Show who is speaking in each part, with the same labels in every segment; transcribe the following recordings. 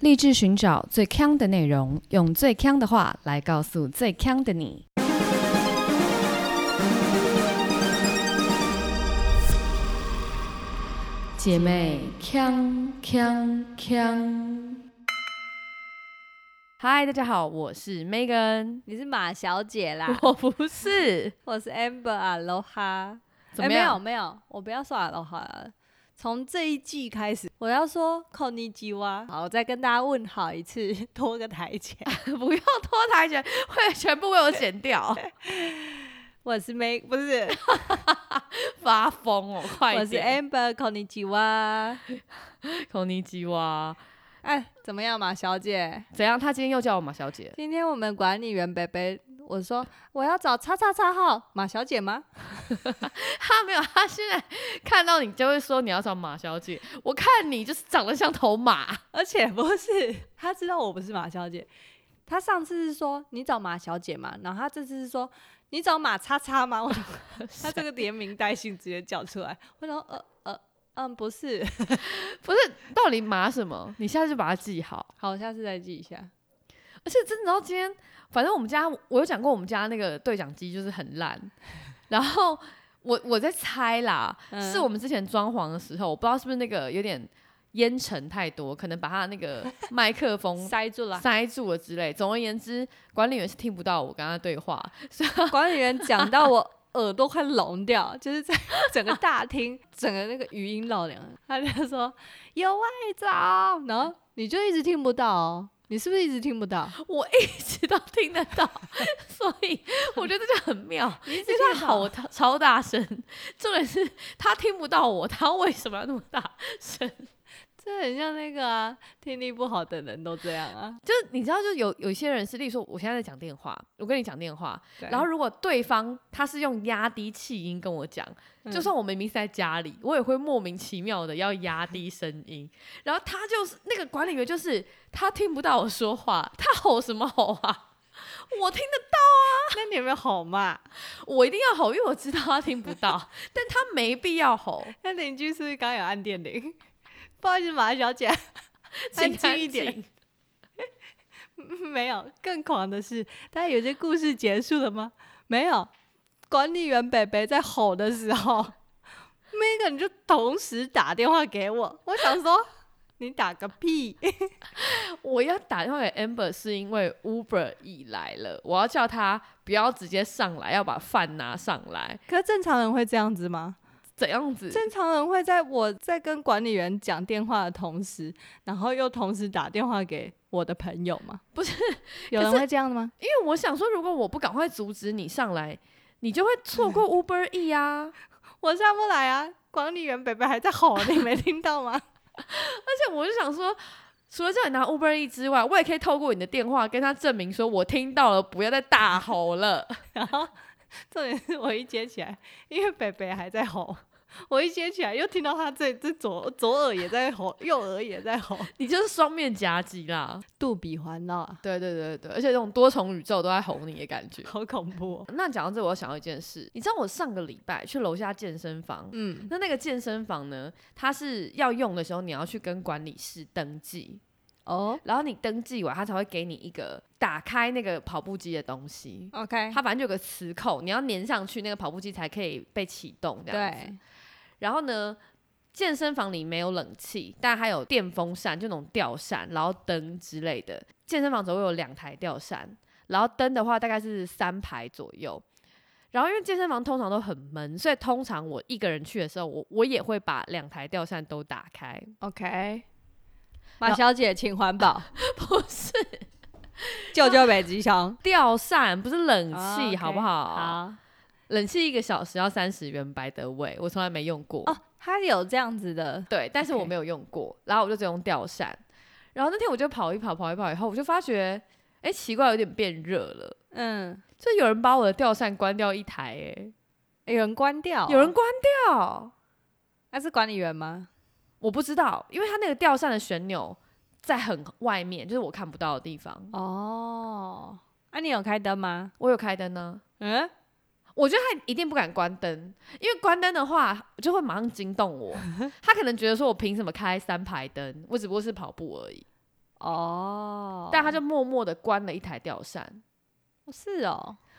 Speaker 1: 立志寻找最强的内容，用最强的话来告诉最强的你。姐妹，强强强！嗨，大家好，我是 Megan，
Speaker 2: 你是马小姐啦，
Speaker 1: 我不是，哎
Speaker 2: 我是 Amber Aloha。哎
Speaker 1: 怎么
Speaker 2: 诶没有
Speaker 1: 样？
Speaker 2: 没有，我不要说 Aloha 了。从这一季开始，我要说 Konnichiwa。好，我再跟大家问好一次， 多个台前。
Speaker 1: 不用拖台前，会全部被我剪 掉，
Speaker 2: 我是 May，不是，
Speaker 1: 发疯哦！ 快点，
Speaker 2: 我是 Amber Konnichiwa。
Speaker 1: 孔尼基哇，
Speaker 2: 哎，怎么样嘛，小姐？
Speaker 1: 怎样？他今天又叫我马小姐，
Speaker 2: 今天我们管理员北北，我说我要找叉叉叉号马小姐吗？
Speaker 1: 他没有，他现在看到你就会说你要找马小姐，我看你就是长得像头马，
Speaker 2: 而且不是，他知道我不是马小姐。他上次是说你找马小姐嘛，然后他这次是说你找马叉叉吗？ 我他这个连名带姓直接叫出来，我说呃呃嗯不是，
Speaker 1: 不是？到底马什么？你下次就把它记好。
Speaker 2: 好，我下次再记一下。
Speaker 1: 而且真的，到今天，反正我们家我有讲过，我们家那个对讲机就是很 烂，然后我我在猜啦，
Speaker 2: 嗯
Speaker 1: 是我们之前装潢的时候，我不知道是不是那个有点烟尘太多，可能把它那个麦克风。
Speaker 2: 塞住了，
Speaker 1: 塞住了之类。总而言之，管理员是听不到我跟他对话，
Speaker 2: 管理员讲到我耳朵快聋掉，就是在 整个大厅，整个那个余音绕梁，他就说有外找，然后你就一直听不到哦，你是不是一直听不到？
Speaker 1: 我一直都听得到， 所以我觉得这就很妙，
Speaker 2: 你一
Speaker 1: 因为他吼他超大声，重点是他听不到我，他为什么要那么大声？
Speaker 2: 这很像那个啊，听力不好的人都这样啊。
Speaker 1: 就是你知道，就有有一些人是，例如说我现在在讲电话，我跟你讲电话，然
Speaker 2: 然
Speaker 1: 后
Speaker 2: 后
Speaker 1: 如果 对方他是用压低气音跟我讲，就
Speaker 2: 嗯
Speaker 1: 算我明明是在家里，我也会莫名其妙的要压低声音，然后他就是那个管理员，就是他听不到我说话，他吼什么吼 啊？我听得啊
Speaker 2: 那你有没有吼嘛？
Speaker 1: 我一定要吼，因为我知道他听不 到，但他没必要吼，
Speaker 2: 那邻居是不是刚有按电铃？ 不好意思，马小 姐，
Speaker 1: 请
Speaker 2: 安静一点
Speaker 1: 安静。
Speaker 2: 没有。更狂的是，大家有些故事结束了吗？没有。管理员北北在吼的时候，Megan 就同时打电话给我，我想说 你打个屁！
Speaker 1: 我要打电话给 Amber 是因为 Uber 已来了，我要叫他不要直接上来，要把饭拿上来，
Speaker 2: 可是正常人会这样子吗？
Speaker 1: 怎样子？
Speaker 2: 正常人会在我在跟管理员讲电话的同时，然后又同时打电话给我的朋友吗？
Speaker 1: 不是，
Speaker 2: 有人
Speaker 1: 可是
Speaker 2: 会这样的吗？
Speaker 1: 因为我想说，如果我不赶快阻止你上来，你就会错过 Uber E 啊。
Speaker 2: 我上不来啊！管理员北北还在吼，你没听到吗？
Speaker 1: 而且我就想说，除了叫你拿 Uber E 之外，我也可以透过你的电话跟他证明说我听到了，不要再大吼了。
Speaker 2: 然后重点是我一接起来，因为北北还在吼，我一接起来又听到他这这左左耳也在吼，右耳也在吼，
Speaker 1: 你就是双面夹击啦。
Speaker 2: 杜比环绕啊，
Speaker 1: 对对对对，而且这种多重宇宙都在吼你的感觉。
Speaker 2: 好恐怖、哦！
Speaker 1: 那讲到这，我又想到一件事，你知道我上个礼拜去楼下健身房，
Speaker 2: 嗯，
Speaker 1: 那那个健身房呢，它是要用的时候你要去跟管理室登记，
Speaker 2: 哦
Speaker 1: 然后你登记完，他才会给你一个打开那个跑步机的东西。
Speaker 2: ，OK，
Speaker 1: 它反正就有个磁扣，你要粘上去，那个跑步机才可以被启动这样子。
Speaker 2: 对，
Speaker 1: 然后呢，健身房里没有冷气，但它有电风扇，就那种吊扇，然后灯之类的。健身房总共有两台吊扇，然后灯的话大概是三排左右。然后因为健身房通常都很闷，所以通常我一个人去的时候，我我也会把两台吊扇都打开。
Speaker 2: ，OK。马小姐，请环 保，
Speaker 1: 不是
Speaker 2: 救救北极熊。
Speaker 1: 吊扇，不是冷
Speaker 2: 哦
Speaker 1: 气，
Speaker 2: ，OK
Speaker 1: 好不好？
Speaker 2: 好，
Speaker 1: 冷气一个小时要三十元，白得味，我从来没用过。
Speaker 2: 哦，他有这样子的，
Speaker 1: 对，但是我
Speaker 2: OK
Speaker 1: 没有用过然后我就只用吊扇。然后那天我就跑一跑，跑一跑以后，我就发觉，哎，奇怪，有点变热了。
Speaker 2: 嗯，
Speaker 1: 就有人把我的吊扇关掉一台、诶
Speaker 2: 有人关掉哦、
Speaker 1: 有人关掉，
Speaker 2: 那是管理员吗？
Speaker 1: 我不知道，因为它那个吊扇的旋钮在很外面，就是我看不到的地方。
Speaker 2: 哦，啊，你有开灯吗？
Speaker 1: 我有开灯呢、
Speaker 2: 嗯，
Speaker 1: 我觉得他一定不敢关灯，因为关灯的话就会 马上惊动我。他可能觉得说我凭什么开三排灯，我只不过是跑步而已。
Speaker 2: 哦，
Speaker 1: 但他就默默的关了一台吊扇。
Speaker 2: 是哦，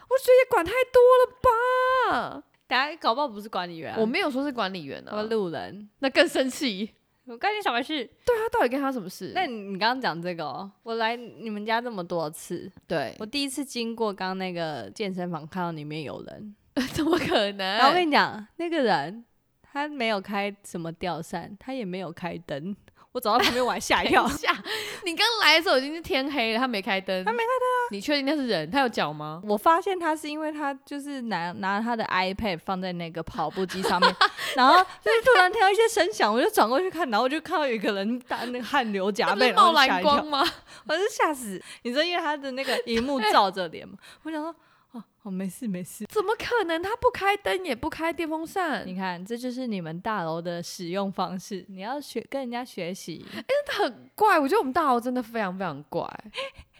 Speaker 1: 我觉得也管太多了吧？
Speaker 2: 大家搞不好不是管理员啊，
Speaker 1: 我没有说是管理员
Speaker 2: 我
Speaker 1: 啊，
Speaker 2: 路人，
Speaker 1: 那更生气。
Speaker 2: 我干你什么事？
Speaker 1: 对啊，到底跟他什么事？
Speaker 2: 那你你刚刚讲这个、哦，我来你们家这么多次，
Speaker 1: 对
Speaker 2: 我，第一次经过刚刚那个健身房，看到里面有人，
Speaker 1: 怎么可能？
Speaker 2: 然后我跟你讲，那个人他没有开什么吊扇，他也没有开灯，我走到旁边我还吓一跳
Speaker 1: 等一，下， 你刚来的时候已经是天黑了，他没开灯，他没开灯啊？你确定那是人？他有脚 吗？
Speaker 2: 我发现他是因为他就是拿拿他的 iPad 放在那个跑步机上面，然后就是突然听到一些声响，我就转过去看，然后我就看到有一个人大那个汗流
Speaker 1: 他
Speaker 2: 浃
Speaker 1: 不是
Speaker 2: 背，然后
Speaker 1: 冒
Speaker 2: 我就吓
Speaker 1: 蓝
Speaker 2: 一跳
Speaker 1: 光，吗？
Speaker 2: 我是吓死。你说因为他的那个荧幕照着脸嘛，我想说哦哦没事没事，
Speaker 1: 怎么可能？他不开灯，也不开电风 扇，
Speaker 2: 你看这就是你们大楼的使用方式，你要学跟人家学习。
Speaker 1: 真的很怪。我觉得我们大楼真的非常非常怪。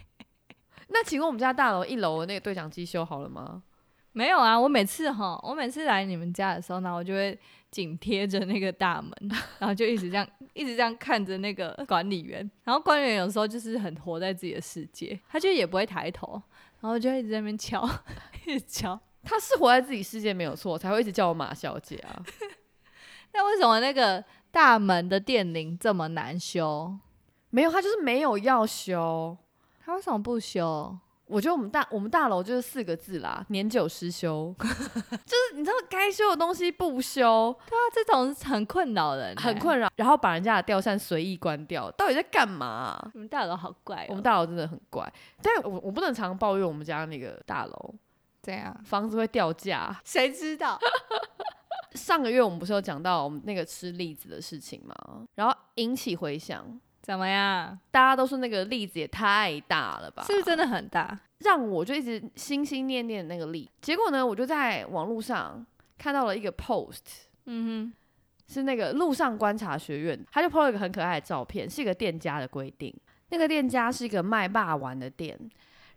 Speaker 1: 那请问我们家大楼一楼的那个对讲机修好了吗？
Speaker 2: 没有啊，我每次哈，我每次来你们家的时候呢，我就会紧贴着那个大门， 然后就一直这样，一直这样看着那个管理员。然后管理员有时候就是很活在自己的世界，他就也不会抬头，然后就一直在那边敲， 一直敲。
Speaker 1: 他是活在自己世界没有错，才会一直叫我马小姐啊。
Speaker 2: 那为什么那个大门的电铃这么难修？
Speaker 1: 没有，他就是没有要修。
Speaker 2: 他为什么不修？
Speaker 1: 我觉得我们大我们大楼就是四个字啦，年久失 修，就是你知道该修的东西不修，
Speaker 2: 对啊，这种很困扰人、欸
Speaker 1: 很。困扰，然后把人家的吊扇随意关掉，到底在干嘛啊、
Speaker 2: 你们大楼好怪、哦，
Speaker 1: 我们大楼真的很怪，但我我不能常抱怨我们家那个大楼
Speaker 2: 这样，
Speaker 1: 房子会掉价。
Speaker 2: 谁知 道？
Speaker 1: 上个月我们不是有讲到我们那个吃栗子的事情吗？然后引起回响，
Speaker 2: 怎么样？
Speaker 1: 大家都说那个栗子也太大了吧？
Speaker 2: 是不是真的很大？
Speaker 1: 让我就一直心心念念那个栗。结果呢，我就在网络上看到了一个 post，
Speaker 2: 嗯
Speaker 1: 是那个路上观察学院，他就 po 了一个很可爱的照片，是一个店家的规定。那个店家是一个卖霸丸的店，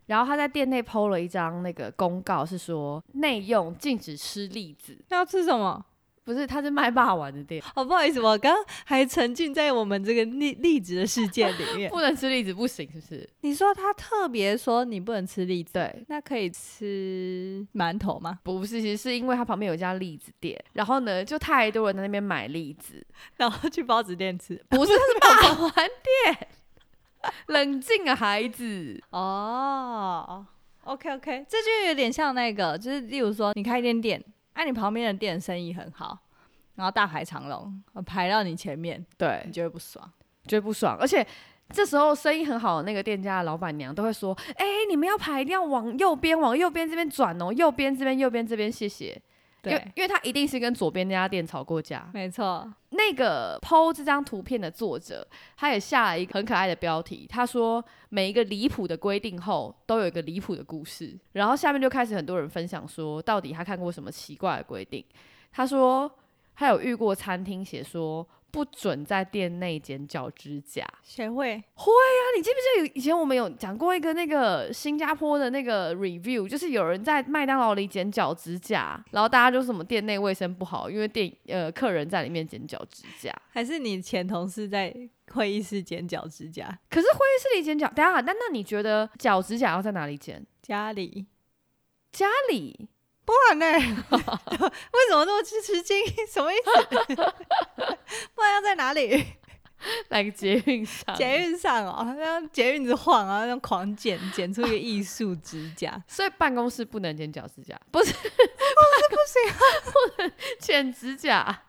Speaker 1: 然后他在店内 po 了一张那个公告，是说内用禁止吃栗子，
Speaker 2: 哼，那要吃什么？
Speaker 1: 不是，他是卖霸丸的店，
Speaker 2: 哦，不好意思，我刚刚还沉浸在我们这个栗栗子的世界里面。
Speaker 1: 不能吃栗子不行，是不是？
Speaker 2: 你说他特别说你不能吃栗子，
Speaker 1: 对，
Speaker 2: 那可以吃馒头吗？
Speaker 1: 不是，其实是因为他旁边有一家栗子店，然后呢，就太多人在那边买栗子，
Speaker 2: 然后去包子店吃？
Speaker 1: 不是，它是霸王店。冷静啊，孩子！
Speaker 2: 哦，OK OK，这就有点像那个，就是例如说你开一间店，啊，你旁边的店生意很好，然后大排长龙，呃排到你前面，
Speaker 1: 对
Speaker 2: 你，就会不爽。
Speaker 1: 觉得不爽，而且。这时候生意很好的那个店家的老板娘都会说：“哎、你们要排一定要往右边，往右边这边转哦，右边这边，右边这边，谢谢。”因为
Speaker 2: 对，
Speaker 1: 因为他一定是跟左边那家店吵过架。
Speaker 2: 没错，
Speaker 1: 那个 PO 这张图片的作者，他也下了一个很可爱的标题，他说每一个离谱的规定后都有一个离谱的故事，然后下面就开始很多人分享说，到底他看过什么奇怪的规定。他说他有遇过餐厅写说不准在店内剪脚指甲。
Speaker 2: 谁会？
Speaker 1: 那你记不记得有以前我们有讲过一个那个新加坡的那个 review，就是有人在麦当劳里剪脚指甲，然后大家就说什么店内卫生不好，因为店呃客人在里面剪脚指甲。
Speaker 2: 还是你前同事在会议室剪脚指甲？
Speaker 1: 可是会议室里剪脚，等一下，那那你觉得脚指甲要在哪里剪？
Speaker 2: 家里
Speaker 1: 家里？
Speaker 2: 不然呢？为什么那么吃吃惊？ 什么意思？ 不然要在哪里？
Speaker 1: 来个捷运上？。
Speaker 2: 捷运上哦，让捷运一直晃啊，让狂剪剪出一个艺术指 甲
Speaker 1: 所以办公室不能剪脚指甲，不是不
Speaker 2: 啊
Speaker 1: 是 不行，不能剪指甲。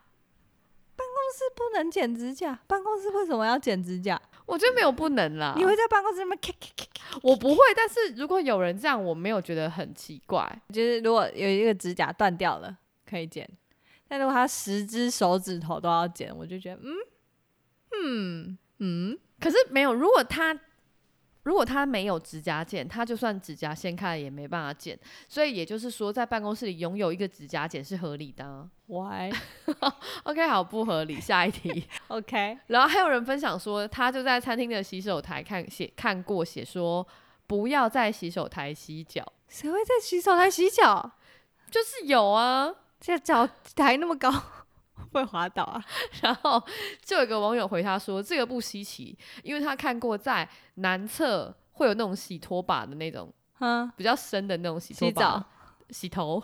Speaker 2: 是不能剪指甲，办公室为什么要剪指甲？
Speaker 1: 我觉得没有不能啦，
Speaker 2: 你会在办公室那边咔咔咔咔？
Speaker 1: 我不会，但是如果有人这样，我没有觉得很奇怪。
Speaker 2: 就是如果有一个指甲断掉了，可以剪；但如果他十只手指头都要剪，我就觉得嗯嗯嗯，
Speaker 1: 可是没有，如果他如果他没有指甲剪，他就算指甲掀开了也没办法剪。所以也就是说，在办公室里拥有一个指甲剪是合理的啊、
Speaker 2: why？
Speaker 1: OK，好，不合理。下一题。
Speaker 2: OK，
Speaker 1: 然后还有人分享说，他就在餐厅的洗手台看写看过写说，不要在洗手台洗脚，
Speaker 2: 谁会在洗手台洗脚？
Speaker 1: 就是有啊。
Speaker 2: 这脚抬那么高， 会滑倒啊？
Speaker 1: 然后就有一个网友回他说：“这个不稀奇，因为他看过在南侧会有那种洗拖把的那种
Speaker 2: 嗯，
Speaker 1: 比较深的那种洗拖
Speaker 2: 洗澡
Speaker 1: 把，洗 头、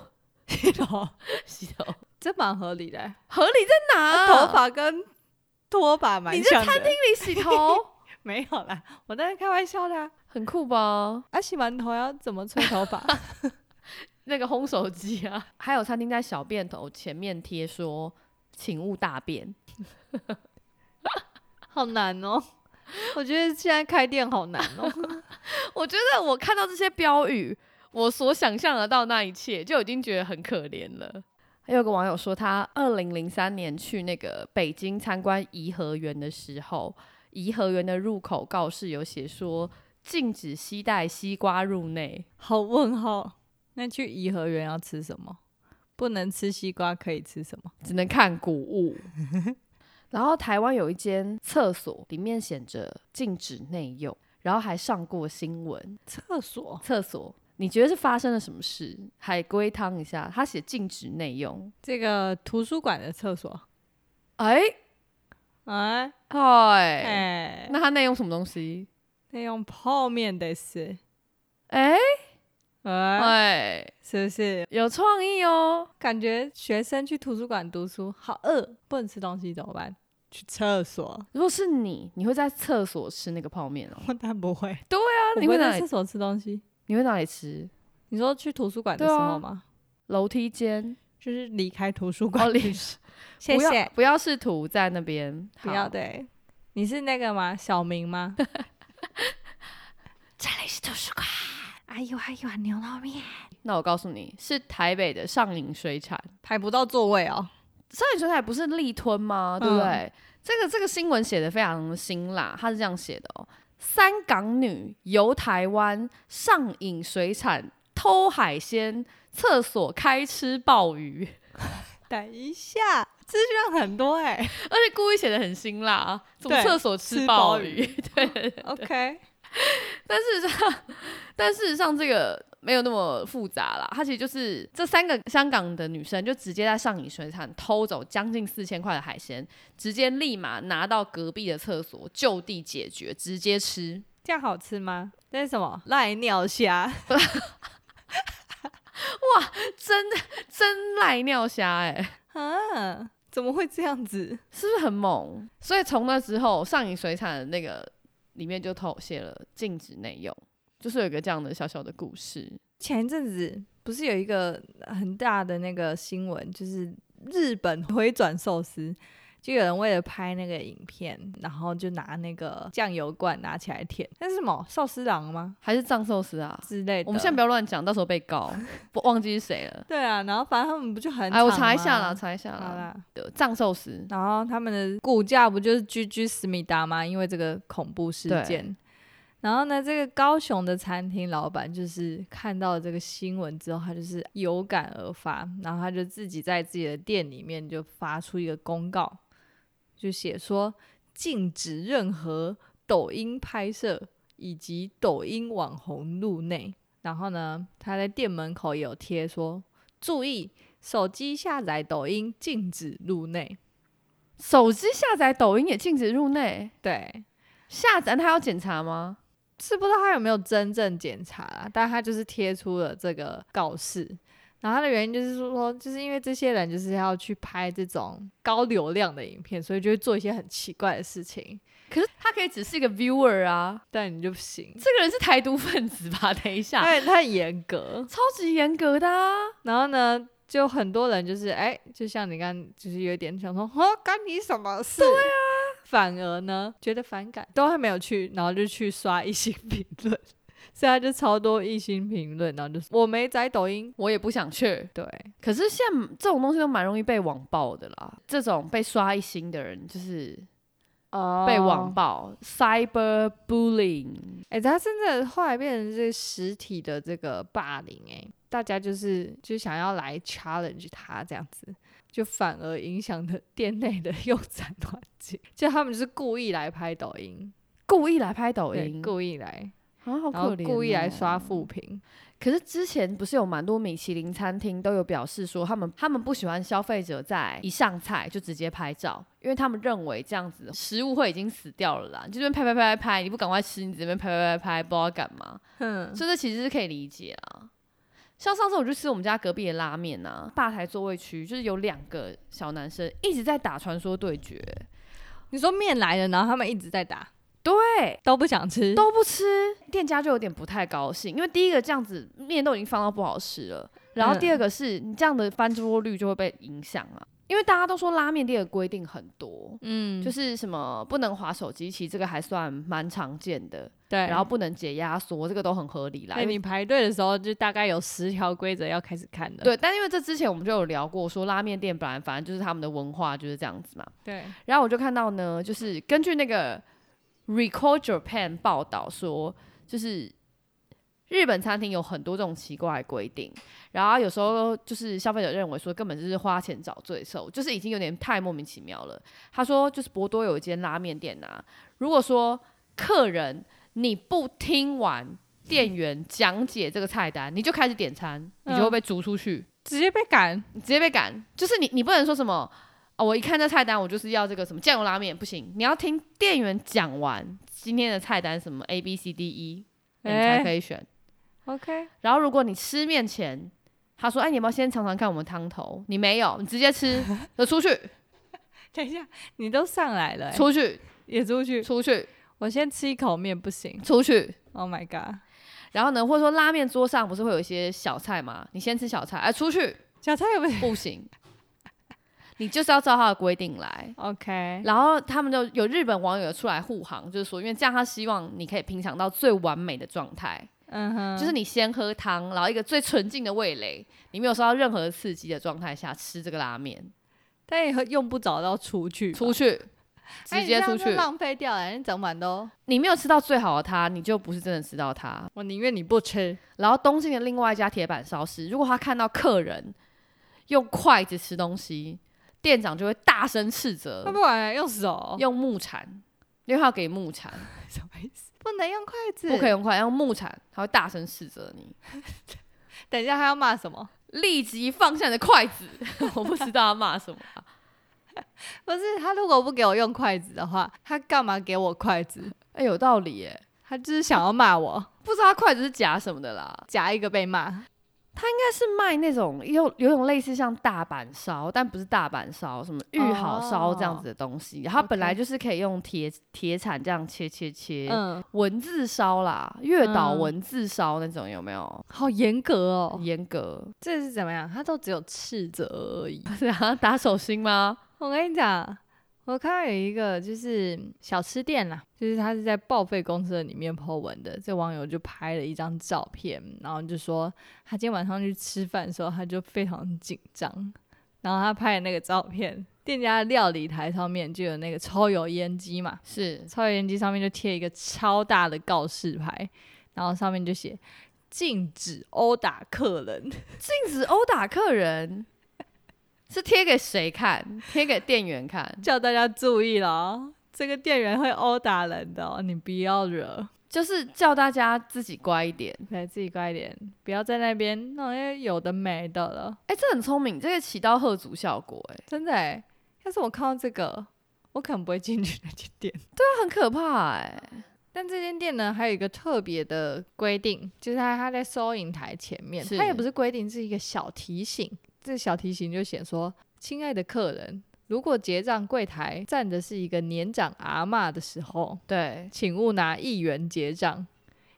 Speaker 2: 洗头，
Speaker 1: 洗头，啊
Speaker 2: 这蛮合理的欸、
Speaker 1: 合理在哪？
Speaker 2: 头发跟拖把蛮
Speaker 1: 你在
Speaker 2: 像
Speaker 1: 餐
Speaker 2: 的。
Speaker 1: 厅里洗头，
Speaker 2: 没有啦，我当然开玩笑啦。
Speaker 1: 很酷吧？
Speaker 2: 啊，洗完头要怎么吹头发？
Speaker 1: 那个烘手机啊，还有餐厅在小便头前面贴说，请勿大便。
Speaker 2: 好难 哦。我觉得现在开店好难哦。
Speaker 1: 我觉得我看到这些标语，我所想象得到那一切，就已经觉得很可怜了。还有个网友说，他二零零三年去那个北京参观颐和园的时候，颐和园的入口告示有写说禁止携带西瓜入内。
Speaker 2: 好问号。那去颐和园要吃什么？不能吃西瓜，可以吃什么？
Speaker 1: 只能看古物。然后台湾有一间厕所，里面写着禁止内用，然后还上过新闻。
Speaker 2: 厕所
Speaker 1: 厕所，你觉得是发生了什么事？海龟汤一下，他写禁止内用。
Speaker 2: 这个图书馆的厕所，
Speaker 1: 哎
Speaker 2: 哎
Speaker 1: 哎，
Speaker 2: 哎，
Speaker 1: 那他内用什么东西？
Speaker 2: 那用泡面的是，
Speaker 1: 哎
Speaker 2: 哎，
Speaker 1: 哎，
Speaker 2: 是不是？
Speaker 1: 有创意哦。
Speaker 2: 感觉学生去图书馆读书好饿，不能吃东西怎么办？去厕所？
Speaker 1: 如果是你，你会在厕所吃那个泡面哦？
Speaker 2: 我但不会，
Speaker 1: 那
Speaker 2: 我
Speaker 1: 你
Speaker 2: 不啊
Speaker 1: 会
Speaker 2: 会
Speaker 1: 哪
Speaker 2: 在
Speaker 1: 里
Speaker 2: 厕？所吃东西。
Speaker 1: 你会哪里吃？
Speaker 2: 你说去图书馆的时
Speaker 1: 对啊
Speaker 2: 候吗？
Speaker 1: 楼梯间？
Speaker 2: 就是离开图书
Speaker 1: 哦，
Speaker 2: 馆
Speaker 1: 离
Speaker 2: 去吃，谢
Speaker 1: 不要
Speaker 2: 谢，
Speaker 1: 不要试图在那边。
Speaker 2: 不要
Speaker 1: 好
Speaker 2: 对。你是那个吗？小明吗？
Speaker 1: 这里是图书馆。
Speaker 2: 哎呦哎呦，牛肉面
Speaker 1: 那我告诉你，是台北的上影水产。
Speaker 2: 排不到座位哦。
Speaker 1: 上影水产不是力吞吗？对不对？
Speaker 2: 嗯
Speaker 1: 这个这个新闻写的非常辛辣，它是这样写的哦：三港女游台湾，上影水产偷海鲜，厕所开吃鲍鱼，
Speaker 2: 等一下，资讯很多哎、
Speaker 1: 而且故意写的很辛辣啊，从
Speaker 2: 对
Speaker 1: 厕所吃
Speaker 2: 吃
Speaker 1: 鲍
Speaker 2: 鲍
Speaker 1: 鱼。 对对对
Speaker 2: OK，
Speaker 1: 但事实上，但事实上这个没有那么复杂啦。它其实就是这三个香港的女生就直接在上影水产偷走将近四千块的海鲜，直接立马拿到隔壁的厕所就地解决，直接吃。
Speaker 2: 这样好吃吗？这是什么赖尿虾？
Speaker 1: 真的真赖尿虾哎、
Speaker 2: 啊，怎么会这样子？
Speaker 1: 是不是很猛？所以从那之后，上影水产的那个里面就偷写了禁止内用，就是有一个这样的小小的故事。
Speaker 2: 前一阵子不是有一个很大的那个新闻，就是日本回转寿司，就有人为了拍那个影片，然后就拿那个酱油罐拿起来舔，那是什么寿司郎吗
Speaker 1: 还是藏寿司啊？
Speaker 2: 之类的？
Speaker 1: 我们现在不要乱讲，到时候被告，不忘记是谁了。
Speaker 2: 对啊，然后反正他们不就很
Speaker 1: 哎，我
Speaker 2: 长
Speaker 1: 查一下
Speaker 2: 吗
Speaker 1: 啦，查一下
Speaker 2: 好
Speaker 1: 啦。
Speaker 2: 啦，
Speaker 1: 的藏寿司，
Speaker 2: 然后他们的股价不就是居居思密达吗？因为这个恐怖事
Speaker 1: 对
Speaker 2: 件。然后呢，这个高雄的餐厅老板就是看到这个新闻之后，他就是有感而发，然后他就自己在自己的店里面就发出一个公告，就写说禁止任何抖音拍摄以及抖音网红入内。然后呢，他在店门口也有贴说注意手机下载抖音禁止入内。
Speaker 1: 手机下载抖音也禁止入内，
Speaker 2: 对，
Speaker 1: 下载他要检查吗？
Speaker 2: 是不知道他有没有真正检查啦，但他就是贴出了这个告示。然后他的原因就是说，就是因为这些人就是要去拍这种高流量的影片，所以就会做一些很奇怪的事情，
Speaker 1: 可是他可以只是一个 viewer 啊，
Speaker 2: 但你就不 行。
Speaker 1: 这个人是台独分子吧？ 等一
Speaker 2: 他
Speaker 1: 下，
Speaker 2: 很他很严格，
Speaker 1: 超级严格的啊！
Speaker 2: 然后呢，就很多人就是哎、就像你刚就是有点想说，哦，干你什么事？对啊，反而呢觉得反感，都还没有去，然后就去刷一星评论， 所以他就超多一星评论，然后就说我没载抖音，
Speaker 1: 我也不想去，
Speaker 2: 对，
Speaker 1: 可是现在这种东西都蛮容易被网暴的啦。这种被刷一星的人，就是
Speaker 2: 哦
Speaker 1: 被网暴、cyber bullying。
Speaker 2: 哎、他真的后来变成是实体的这个霸凌、哎，大家就是就想要来 challenge 他这样子，就反而影响了 店内的用餐环境，就他们就是故意来拍抖音，
Speaker 1: 故意来拍抖
Speaker 2: 对
Speaker 1: 音，
Speaker 2: 故意来，
Speaker 1: 啊，好
Speaker 2: 然后
Speaker 1: 可怜、
Speaker 2: 故意来刷。负评。
Speaker 1: 可是之前不是有蛮多米其林餐厅都有表示说，他们他们不喜欢消费者在一上菜就直接拍照，因为他们认为这样子食物会已经死掉了啦。你这边拍拍拍拍拍，你不赶快吃，你这边拍拍拍拍，不知道干嘛。
Speaker 2: 嗯，
Speaker 1: 所以这其实是可以理解啊。像上次我去吃我们家隔壁的拉面啊，吧台座位区就是有两个小男生一直在打传说对决，
Speaker 2: 你说面来了，然后他们一直在打，
Speaker 1: 对，
Speaker 2: 都不想吃，
Speaker 1: 都不吃，店家就有点不太高兴，因为第一个这样子面都已经放到不好吃了，然后第二个是你这样的翻桌率就会被影响啊，因为大家都说拉面店的规定很多，
Speaker 2: 嗯，
Speaker 1: 就是是什么不能划手机，其实这个还算蛮常见的，
Speaker 2: 对，
Speaker 1: 然后不能解压缩，这个都很合理啦，
Speaker 2: 对
Speaker 1: 因为
Speaker 2: 你排队的时候，就大概有十条规则要开始看的。
Speaker 1: 对，但因为这之前我们就有聊过，说拉面店本来反正就是他们的文化就是这样子嘛。
Speaker 2: 对，
Speaker 1: 然后我就看到呢，就是根据那个 Record Japan 报道说，就是日本餐厅有很多这种奇怪的规定，然后有时候就是消费者认为说根本就是花钱找罪受，就是已经有点太莫名其妙了。他说，就是博多有一间拉面店啊，如果说客人你不听完店员讲解这个菜单，你就开始点餐，你就会被逐出去。
Speaker 2: 直接被赶。
Speaker 1: 你直接被赶，就是你你不能说什么哦，我一看这菜单，我就是要这个什么酱油拉面，不行，你要听店员讲完今天的菜单什么 A B C D E，你才
Speaker 2: 哎
Speaker 1: 可以选。
Speaker 2: OK，
Speaker 1: 然后如果你吃面前，他说哎，你要不要先尝尝看我们汤头？你没有，你直接吃，就出去，
Speaker 2: 等一下，你都上来了、欸，
Speaker 1: 出去，
Speaker 2: 也出去。
Speaker 1: 出去，
Speaker 2: 我先吃一口面不行
Speaker 1: 出去。
Speaker 2: ？Oh my god！
Speaker 1: 然后呢，或者说拉面桌上不是会有一些小菜吗？你先吃小菜，哎，出去
Speaker 2: 小菜有没有
Speaker 1: 不行，你就是要照他的规定来。
Speaker 2: ？OK，
Speaker 1: 然后他们就有日本网友出来护航，就是说，因为这样他希望你可以品尝到最完美的状态，
Speaker 2: 嗯哼，
Speaker 1: 就是你先喝汤，然后一个最纯净的味蕾，你没有受到任何刺激的状态下吃这个拉面，
Speaker 2: 但也用不着到出去吧，
Speaker 1: 出去，
Speaker 2: 哎
Speaker 1: 直
Speaker 2: 你
Speaker 1: 接
Speaker 2: 这
Speaker 1: 出
Speaker 2: 样
Speaker 1: 去
Speaker 2: 就。浪费掉了、你整碗都。
Speaker 1: 你没有吃到最好的它，你就不是真的吃到它。
Speaker 2: 我宁愿你不吃，
Speaker 1: 然后东京的另外一家铁板烧是，如果他看到客人用筷子吃东西，店长就会大声斥责
Speaker 2: 他，不管用手，
Speaker 1: 用木铲，因为他要给木铲。
Speaker 2: 什么意思？不能用筷子，
Speaker 1: 不可以。用筷，要用木铲，他会大声斥责你，
Speaker 2: 等一下他要骂什么？
Speaker 1: 立即放下你的筷子。 我不知道他骂什么啊、
Speaker 2: 不是他如果不给我用筷子的话，他干嘛给我筷子？
Speaker 1: 哎、有道理耶，
Speaker 2: 他就是想要骂我，
Speaker 1: 不知道他筷子是夹什么的啦。
Speaker 2: 夹一个被骂。
Speaker 1: 应该是卖那种有有种类似像大阪烧，但不是大阪烧，什么玉好烧这样子的东西。然后它本来
Speaker 2: OK
Speaker 1: 就是可以用铁铁铲这样切切切，
Speaker 2: 嗯，
Speaker 1: 文字烧啦，月岛
Speaker 2: 嗯
Speaker 1: 文字烧那种有没有？
Speaker 2: 好严格哦，
Speaker 1: 严格，
Speaker 2: 这是怎么样？他都只有斥责而已。
Speaker 1: 是嗯啊，打手心吗？
Speaker 2: 我跟你讲，我看到有一个就是小吃店啦，就是他是在报废公社里面 po 文的，这网友就拍了一张照片，然后就说他今天晚上去吃饭的时候，他就非常紧张，然后他拍的那个照片，店家的料理台上面就有那个抽油烟机嘛，
Speaker 1: 是
Speaker 2: 抽油烟机上面就贴一个超大的告示牌，然后上面就写禁止殴打客人。
Speaker 1: 禁止殴打客人， 是贴给谁看？贴给店员看，
Speaker 2: 叫大家注意了哦，这个店员会殴打人的哦，你不要惹，
Speaker 1: 就是叫大家自己乖一点。
Speaker 2: 来自己乖一点，不要在那边那些有的没的了，
Speaker 1: 哎、这很聪明，这个起到贺足效果、哎，
Speaker 2: 真的哎。要是我看到这个，我可能不会进去那间店。
Speaker 1: 那很可怕、哎，
Speaker 2: 但这间店呢，还有一个特别的规定，就是它它在收银台前面，
Speaker 1: 是
Speaker 2: 它也不是规定，是一个小提醒。这小提醒就写说：“亲爱的客人，如果结账柜台站的是一个年长阿嬷的时候，
Speaker 1: 对，
Speaker 2: 请勿拿一元结账，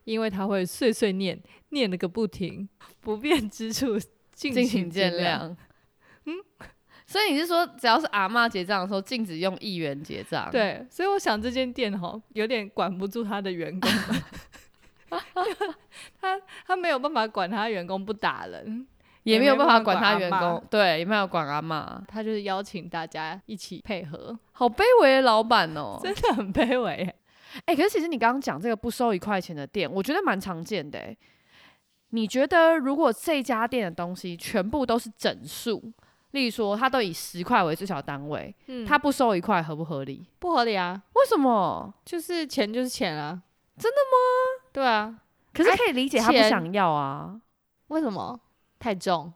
Speaker 2: 因为他会碎碎念，念了个不停， 不便之处敬
Speaker 1: 敬
Speaker 2: 请
Speaker 1: 请见
Speaker 2: 谅。
Speaker 1: 谅。嗯，所以你是说，只要是阿嬷结账的时候，禁止用一元结账？，
Speaker 2: 对，所以我想这间店哈，有点管不住他的员工， 他他没有办法管他员工不打人，
Speaker 1: 也没有办法管他员
Speaker 2: 也没有办法管
Speaker 1: 工，对，也没有管阿嬷，
Speaker 2: 他就是邀请大家一起配合，
Speaker 1: 好卑微的老板哦、
Speaker 2: 真的很卑微耶。
Speaker 1: 哎、可是其实你刚刚讲这个不收一块钱的店，我觉得蛮常见的、欸。你觉得如果这家店的东西全部都是整数，例如说它都以十块为最小单位，
Speaker 2: 嗯
Speaker 1: 它不收一块合不合理？
Speaker 2: 不合理啊，
Speaker 1: 为什么？
Speaker 2: 就是钱就是钱啊，对啊，
Speaker 1: 可是可以理解他不
Speaker 2: 钱
Speaker 1: 想要啊，
Speaker 2: 为什么？太 重，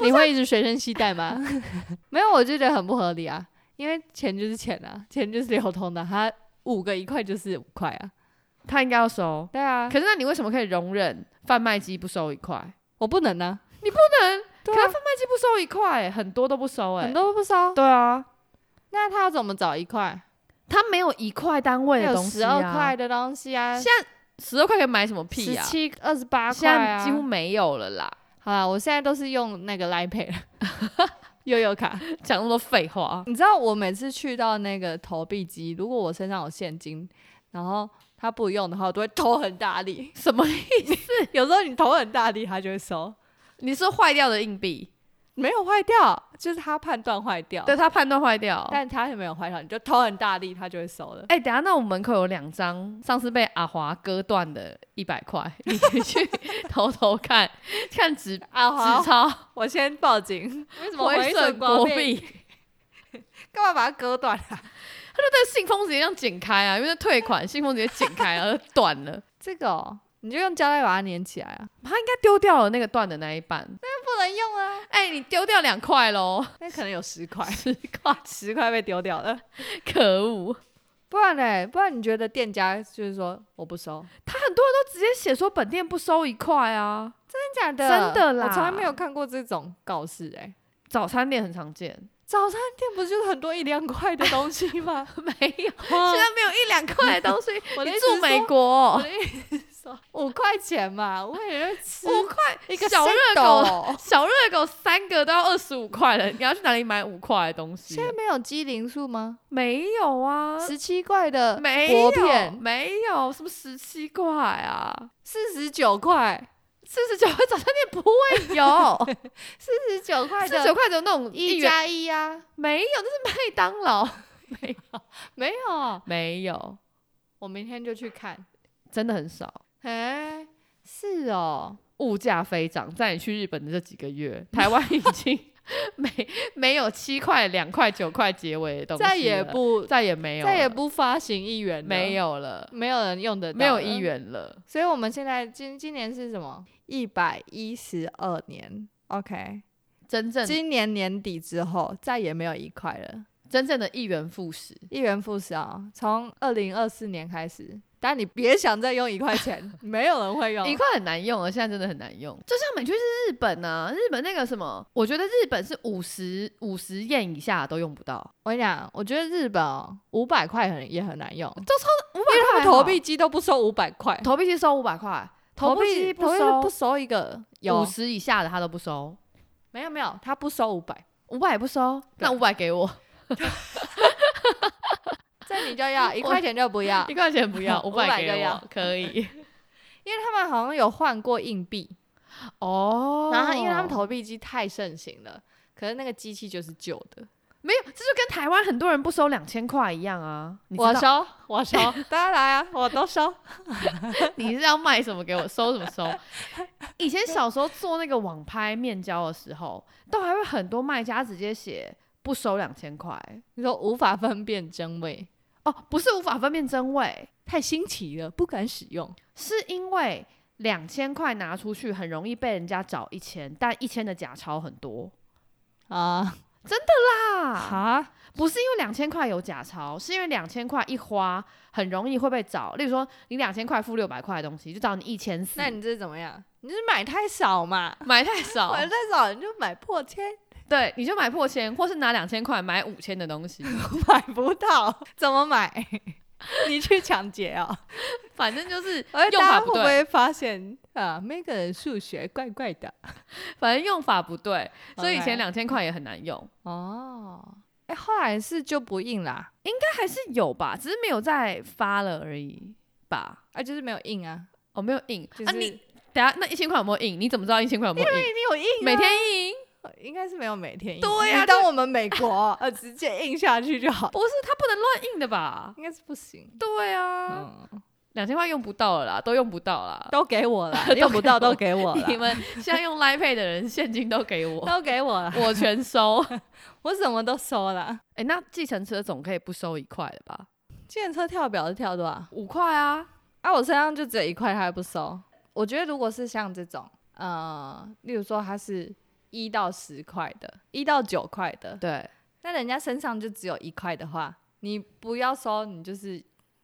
Speaker 2: 你会一直随身携带吗？啊 没有，我就觉得很不合理啊，因为钱就是钱啊，钱就是流通的，它五个一块就是五块啊，
Speaker 1: 他应该要收。
Speaker 2: 对啊，
Speaker 1: 可是那你为什么可以容忍贩卖机不收一块？
Speaker 2: 我不能啊，
Speaker 1: 不能，可
Speaker 2: 对
Speaker 1: 是
Speaker 2: 啊
Speaker 1: 贩卖机不收一块、很多都不收哎、
Speaker 2: 很多不收，
Speaker 1: 对啊，
Speaker 2: 那他要怎么找一块？
Speaker 1: 他没有一块单位的
Speaker 2: 有
Speaker 1: 东西
Speaker 2: 十
Speaker 1: 啊，
Speaker 2: 二块，的东西啊，
Speaker 1: 现十二块可以买什么屁
Speaker 2: 十
Speaker 1: 啊？
Speaker 2: 七、二十八块
Speaker 1: 现在
Speaker 2: 啊，
Speaker 1: 几乎没有了啦，
Speaker 2: 好啦，我现在都是用那个 Line Pay 了，悠悠卡。
Speaker 1: 讲那么多废话，
Speaker 2: 你知道我每次去到那个投币机，如果我身上有现金，然后他不用的话，我都会投很大力。
Speaker 1: 什么意？
Speaker 2: 有时候你投很大力，他就会收，
Speaker 1: 你说坏掉的硬币，
Speaker 2: 没有坏掉，就是他判断坏掉。
Speaker 1: 哦对，他判断坏掉。哎、
Speaker 2: 但他也没有坏掉，你就投很大力，他就会收了。
Speaker 1: 等一下，那我们门口有两张上次被阿华割断的一百块，你可以去 偷偷看看纸纸
Speaker 2: 啊，好，
Speaker 1: 钞
Speaker 2: 我先报警。为什么
Speaker 1: 回
Speaker 2: 损
Speaker 1: 损国
Speaker 2: 币？
Speaker 1: 币，
Speaker 2: 干嘛把它割断啊？
Speaker 1: 他就在信封直接这样剪开啊，因为那退款信封直接剪开、然后就断了。
Speaker 2: 这个、哦、你就用胶带把它粘起来啊，
Speaker 1: 他应该丢掉了那个断的那一半。
Speaker 2: 不能用啊。
Speaker 1: 哎、你丢掉两块喽，
Speaker 2: 那可能有十块，
Speaker 1: 十块，
Speaker 2: 十块被丢掉了。
Speaker 1: 可恶！
Speaker 2: 不然嘞，不然你觉得店家就是说我不收？
Speaker 1: 他很多人都直接写说本店不收一块啊，
Speaker 2: 真的
Speaker 1: 真的啦
Speaker 2: 我从来没有看过这种告示哎、
Speaker 1: 早餐店很常见，
Speaker 2: 早餐店不是就是很多一两块的东西吗？
Speaker 1: 没有，
Speaker 2: 啊
Speaker 1: 现在没有一两块的东 西。
Speaker 2: 我的
Speaker 1: 你
Speaker 2: 意思
Speaker 1: 住
Speaker 2: 是
Speaker 1: 美
Speaker 2: 说
Speaker 1: 国
Speaker 2: 我
Speaker 1: 哦，
Speaker 2: 的意思是说五块钱嘛，我也就吃
Speaker 1: 五块
Speaker 2: 一个
Speaker 1: 小热
Speaker 2: 新
Speaker 1: 狗，
Speaker 2: 狗。
Speaker 1: 小热狗三个都要二十五块了，你要去哪里买五块的东西
Speaker 2: 现
Speaker 1: 啊？
Speaker 2: 在没有鸡零数吗？
Speaker 1: 没有啊，
Speaker 2: 十七块的
Speaker 1: 没
Speaker 2: 薄
Speaker 1: 有，
Speaker 2: 片
Speaker 1: 没有什么十七块啊，
Speaker 2: 四十九块，
Speaker 1: 四十九块早餐店不会有，
Speaker 2: 四十九块
Speaker 1: 四十
Speaker 2: 的
Speaker 1: 九块只有那种
Speaker 2: 一
Speaker 1: 元
Speaker 2: 加一啊，
Speaker 1: 没有，那是麦当劳。
Speaker 2: 没有，
Speaker 1: 没有，
Speaker 2: 我明天就去看。
Speaker 1: 真的很少。
Speaker 2: 哎，是哦，
Speaker 1: 物价飞涨，在你去日本的这几个月，台湾已经 没没有七块、两块、九块结尾的东西了，
Speaker 2: 再也不
Speaker 1: 再也没有了，
Speaker 2: 再也不发行一元了，
Speaker 1: 没有了，
Speaker 2: 没有人用的，
Speaker 1: 没有一。元了。
Speaker 2: 所以我们现在今今年是什么？一百一十二年，OK。
Speaker 1: 真 正
Speaker 2: 今年年底之后再也没有一块了，
Speaker 1: 真正的一元复始，
Speaker 2: 一元复始啊！从二零二四年开始，但你别想再用一块钱， 没有人会用
Speaker 1: 一。块很难用啊了，现在真的很难用。就像美去日本啊，日本那个什么，我觉得日本是五十五十元以下都用不到，
Speaker 2: 我跟你讲，我觉得日本哦五百块很也很难用，
Speaker 1: 都超
Speaker 2: 因
Speaker 1: 五
Speaker 2: 为他们
Speaker 1: 百块哦好
Speaker 2: 投币机都不收五百块，
Speaker 1: 投币机收五百块，
Speaker 2: 币
Speaker 1: 机
Speaker 2: 投币
Speaker 1: 收
Speaker 2: 不收一个
Speaker 1: 五
Speaker 2: 有啊
Speaker 1: 十以下的他都不收。
Speaker 2: 没有没有，他不收五百，
Speaker 1: 五百也不收，那五百给我，
Speaker 2: 这你就 要一块钱就不要
Speaker 1: 一，块钱 不要，五
Speaker 2: 500
Speaker 1: 百
Speaker 2: 就
Speaker 1: 给我
Speaker 2: 要，
Speaker 1: 可以。
Speaker 2: 因为他们好像有换过硬币，
Speaker 1: 哦
Speaker 2: 然后因为他们投币机太盛行了，可是那个机器就是旧的。
Speaker 1: 没有，这就跟台湾很多人不收两千块一样啊。你
Speaker 2: 我
Speaker 1: 知道
Speaker 2: 收，我收， 大家来啊，我都收。
Speaker 1: 你是要卖什么给我，收什么 收。以前小时候做那个网拍面交的时候，都还会很多卖家直接写不收两千块。
Speaker 2: 你说无法分辨真伪，
Speaker 1: 哦，不是无法分辨真伪，
Speaker 2: 太新奇了，不敢使用。
Speaker 1: 是因为两千块拿出去很容易被人家找一千，但一千的假钞很多
Speaker 2: 啊
Speaker 1: 啊。
Speaker 2: 哈，
Speaker 1: 不是因为两千块有假钞，是因为两千块一花很容易会被找。例如说，你两千块付六百块的东西，就找你一千四，
Speaker 2: 那你这怎么样？你是买太少嘛？
Speaker 1: 买 太少
Speaker 2: 买，太少你就买破千，
Speaker 1: 对，你就买破千，或是拿两千块买五千的东西，
Speaker 2: 买不到，怎么买？ 你去抢劫哦！
Speaker 1: 反正 就是
Speaker 2: 而
Speaker 1: 用
Speaker 2: 大家
Speaker 1: 法
Speaker 2: 会
Speaker 1: 不
Speaker 2: 不
Speaker 1: 对，
Speaker 2: 会发现啊，Megan 数学怪怪的？
Speaker 1: 反正用法不对，所以以前
Speaker 2: OK
Speaker 1: 两千块也很难用。
Speaker 2: 哦，哎、后来是就不印啦，
Speaker 1: 应该还是有吧，只是没有再发了而已吧。
Speaker 2: 啊，就是没有印啊，
Speaker 1: 哦，没有印、
Speaker 2: 就是
Speaker 1: 啊！ 你等下那一千块有没有印？你怎么知道一千块有没有印？啊
Speaker 2: 定有印、啊
Speaker 1: 每天印，
Speaker 2: 应该是没有每天印，
Speaker 1: 对呀
Speaker 2: 你当我们美国呃直接印下去就好，
Speaker 1: 不是他不能乱印的吧？
Speaker 2: 应该是不行。
Speaker 1: 对啊，
Speaker 2: 嗯，
Speaker 1: 两千块用不到了啦，都用不到啦。，
Speaker 2: 都给我了用不到都给 我
Speaker 1: 你
Speaker 2: 了，
Speaker 1: 们现在用 Line Pay 的人，现金都给 我，
Speaker 2: 都给我了，
Speaker 1: 我全收。
Speaker 2: 我什么都收了。
Speaker 1: 哎、那计程车总可以不收一块了吧？
Speaker 2: 计程车跳表是跳多少？
Speaker 1: 五块啊，
Speaker 2: 啊，我身上就只有一块，他还不收。我觉得如果是像这种，呃，例如说他是一到十块的，一到九块的，
Speaker 1: 对，
Speaker 2: 那人家身上就只有一块的话，你不要收，你就是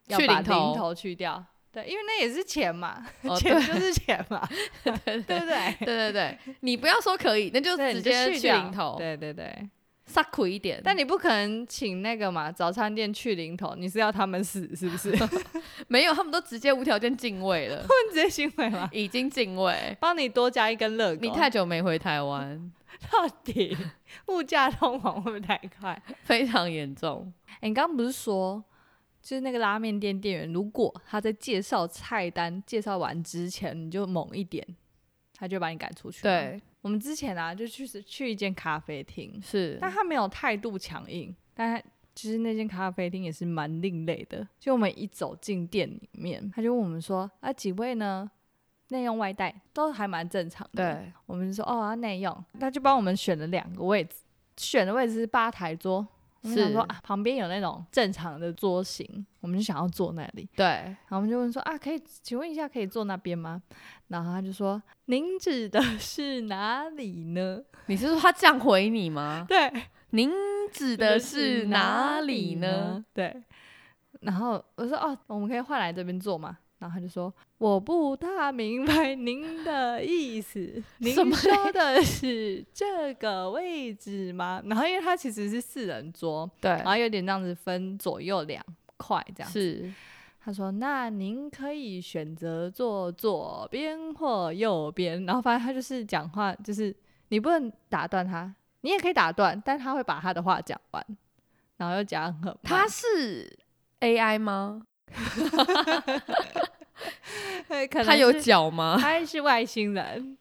Speaker 2: 要
Speaker 1: 去
Speaker 2: 把
Speaker 1: 零头
Speaker 2: 零头去掉。对，因为那也是钱嘛，
Speaker 1: 哦
Speaker 2: 钱
Speaker 1: 对
Speaker 2: 就是钱嘛，
Speaker 1: 对
Speaker 2: 对不对？
Speaker 1: 对对对，你不要说可以，那就
Speaker 2: 对
Speaker 1: 直
Speaker 2: 你就
Speaker 1: 接
Speaker 2: 去
Speaker 1: 去
Speaker 2: 掉
Speaker 1: 零头，
Speaker 2: 对对对。
Speaker 1: 撒苦一点。
Speaker 2: 但你不可能请那个嘛早餐店去零头，你是要他们死是不 是？他们
Speaker 1: 没有，他们都直接无条件敬畏 了，
Speaker 2: 直接行为嘛，
Speaker 1: 已经敬畏。
Speaker 2: 帮你多加一根乐狗。
Speaker 1: 你太久没回台湾，
Speaker 2: 到底 物价通膨会不会太快？
Speaker 1: 非常严重。
Speaker 2: 哎、你刚刚不是说，就是那个拉面店店员，如果他在介绍菜单、介绍完之前，你就猛一点，他就把你赶出去。，
Speaker 1: 对，
Speaker 2: 我们之前啊，就去去一间咖啡厅，
Speaker 1: 是
Speaker 2: 但他没有态度强硬，但他就是那间咖啡厅也是蛮另类的。就我们一走进店里面，他就问我们说：“啊，几位呢？内用外带都还蛮正常的。”
Speaker 1: 对，
Speaker 2: 我们就说哦，啊内用，他就帮我们选了两个位置，选的位置是吧台桌。我们想说
Speaker 1: 是
Speaker 2: 啊，旁边有那种正常的桌型，我们就想要坐那里。
Speaker 1: 对，
Speaker 2: 然后我们就问说啊，可以请问一下可以坐那边吗？然后他就说您指的是哪里呢？
Speaker 1: 你是说他这样回你吗？
Speaker 2: 对，
Speaker 1: 您指的是哪里呢？？
Speaker 2: 对。然后我说哦，我们可以换来这边坐嘛。然后他就说我不大明白您的意思，您
Speaker 1: 什么
Speaker 2: 说的是这个位置吗？然后因为他其实是四人桌，
Speaker 1: 对
Speaker 2: 然，后有点这样子分左右两块这样子。
Speaker 1: 是
Speaker 2: 他说那您可以选择坐左边或右边。然后反正他就是讲话，就是你不能打断他，你也可以打断，但他会把他的话讲完，然后又讲很慢
Speaker 1: 他是 AI 吗？
Speaker 2: 对， 可能
Speaker 1: 他有
Speaker 2: 是
Speaker 1: 脚吗？
Speaker 2: 他是外星人。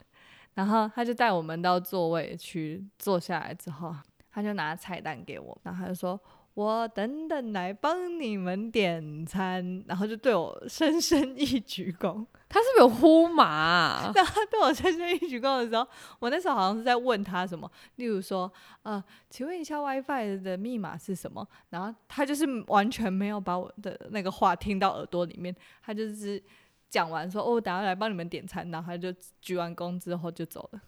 Speaker 2: 然后他就带我们到座位区坐下来之后，他就拿菜单给我，然后他就说：“我等等来帮你们点餐。”然后就对我深深一鞠躬。
Speaker 1: 他是不是有呼麻 啊、
Speaker 2: 然后 他对我深深一鞠躬的时候，我那时候好像是在问他什么，例如说：“呃，请问一下 WiFi 的密码是什么？”然后他就是完全没有把我的那个话听到耳朵里面，他就是讲完说：“哦，我等下来帮你们点餐。”然后他就鞠完躬之后就走了。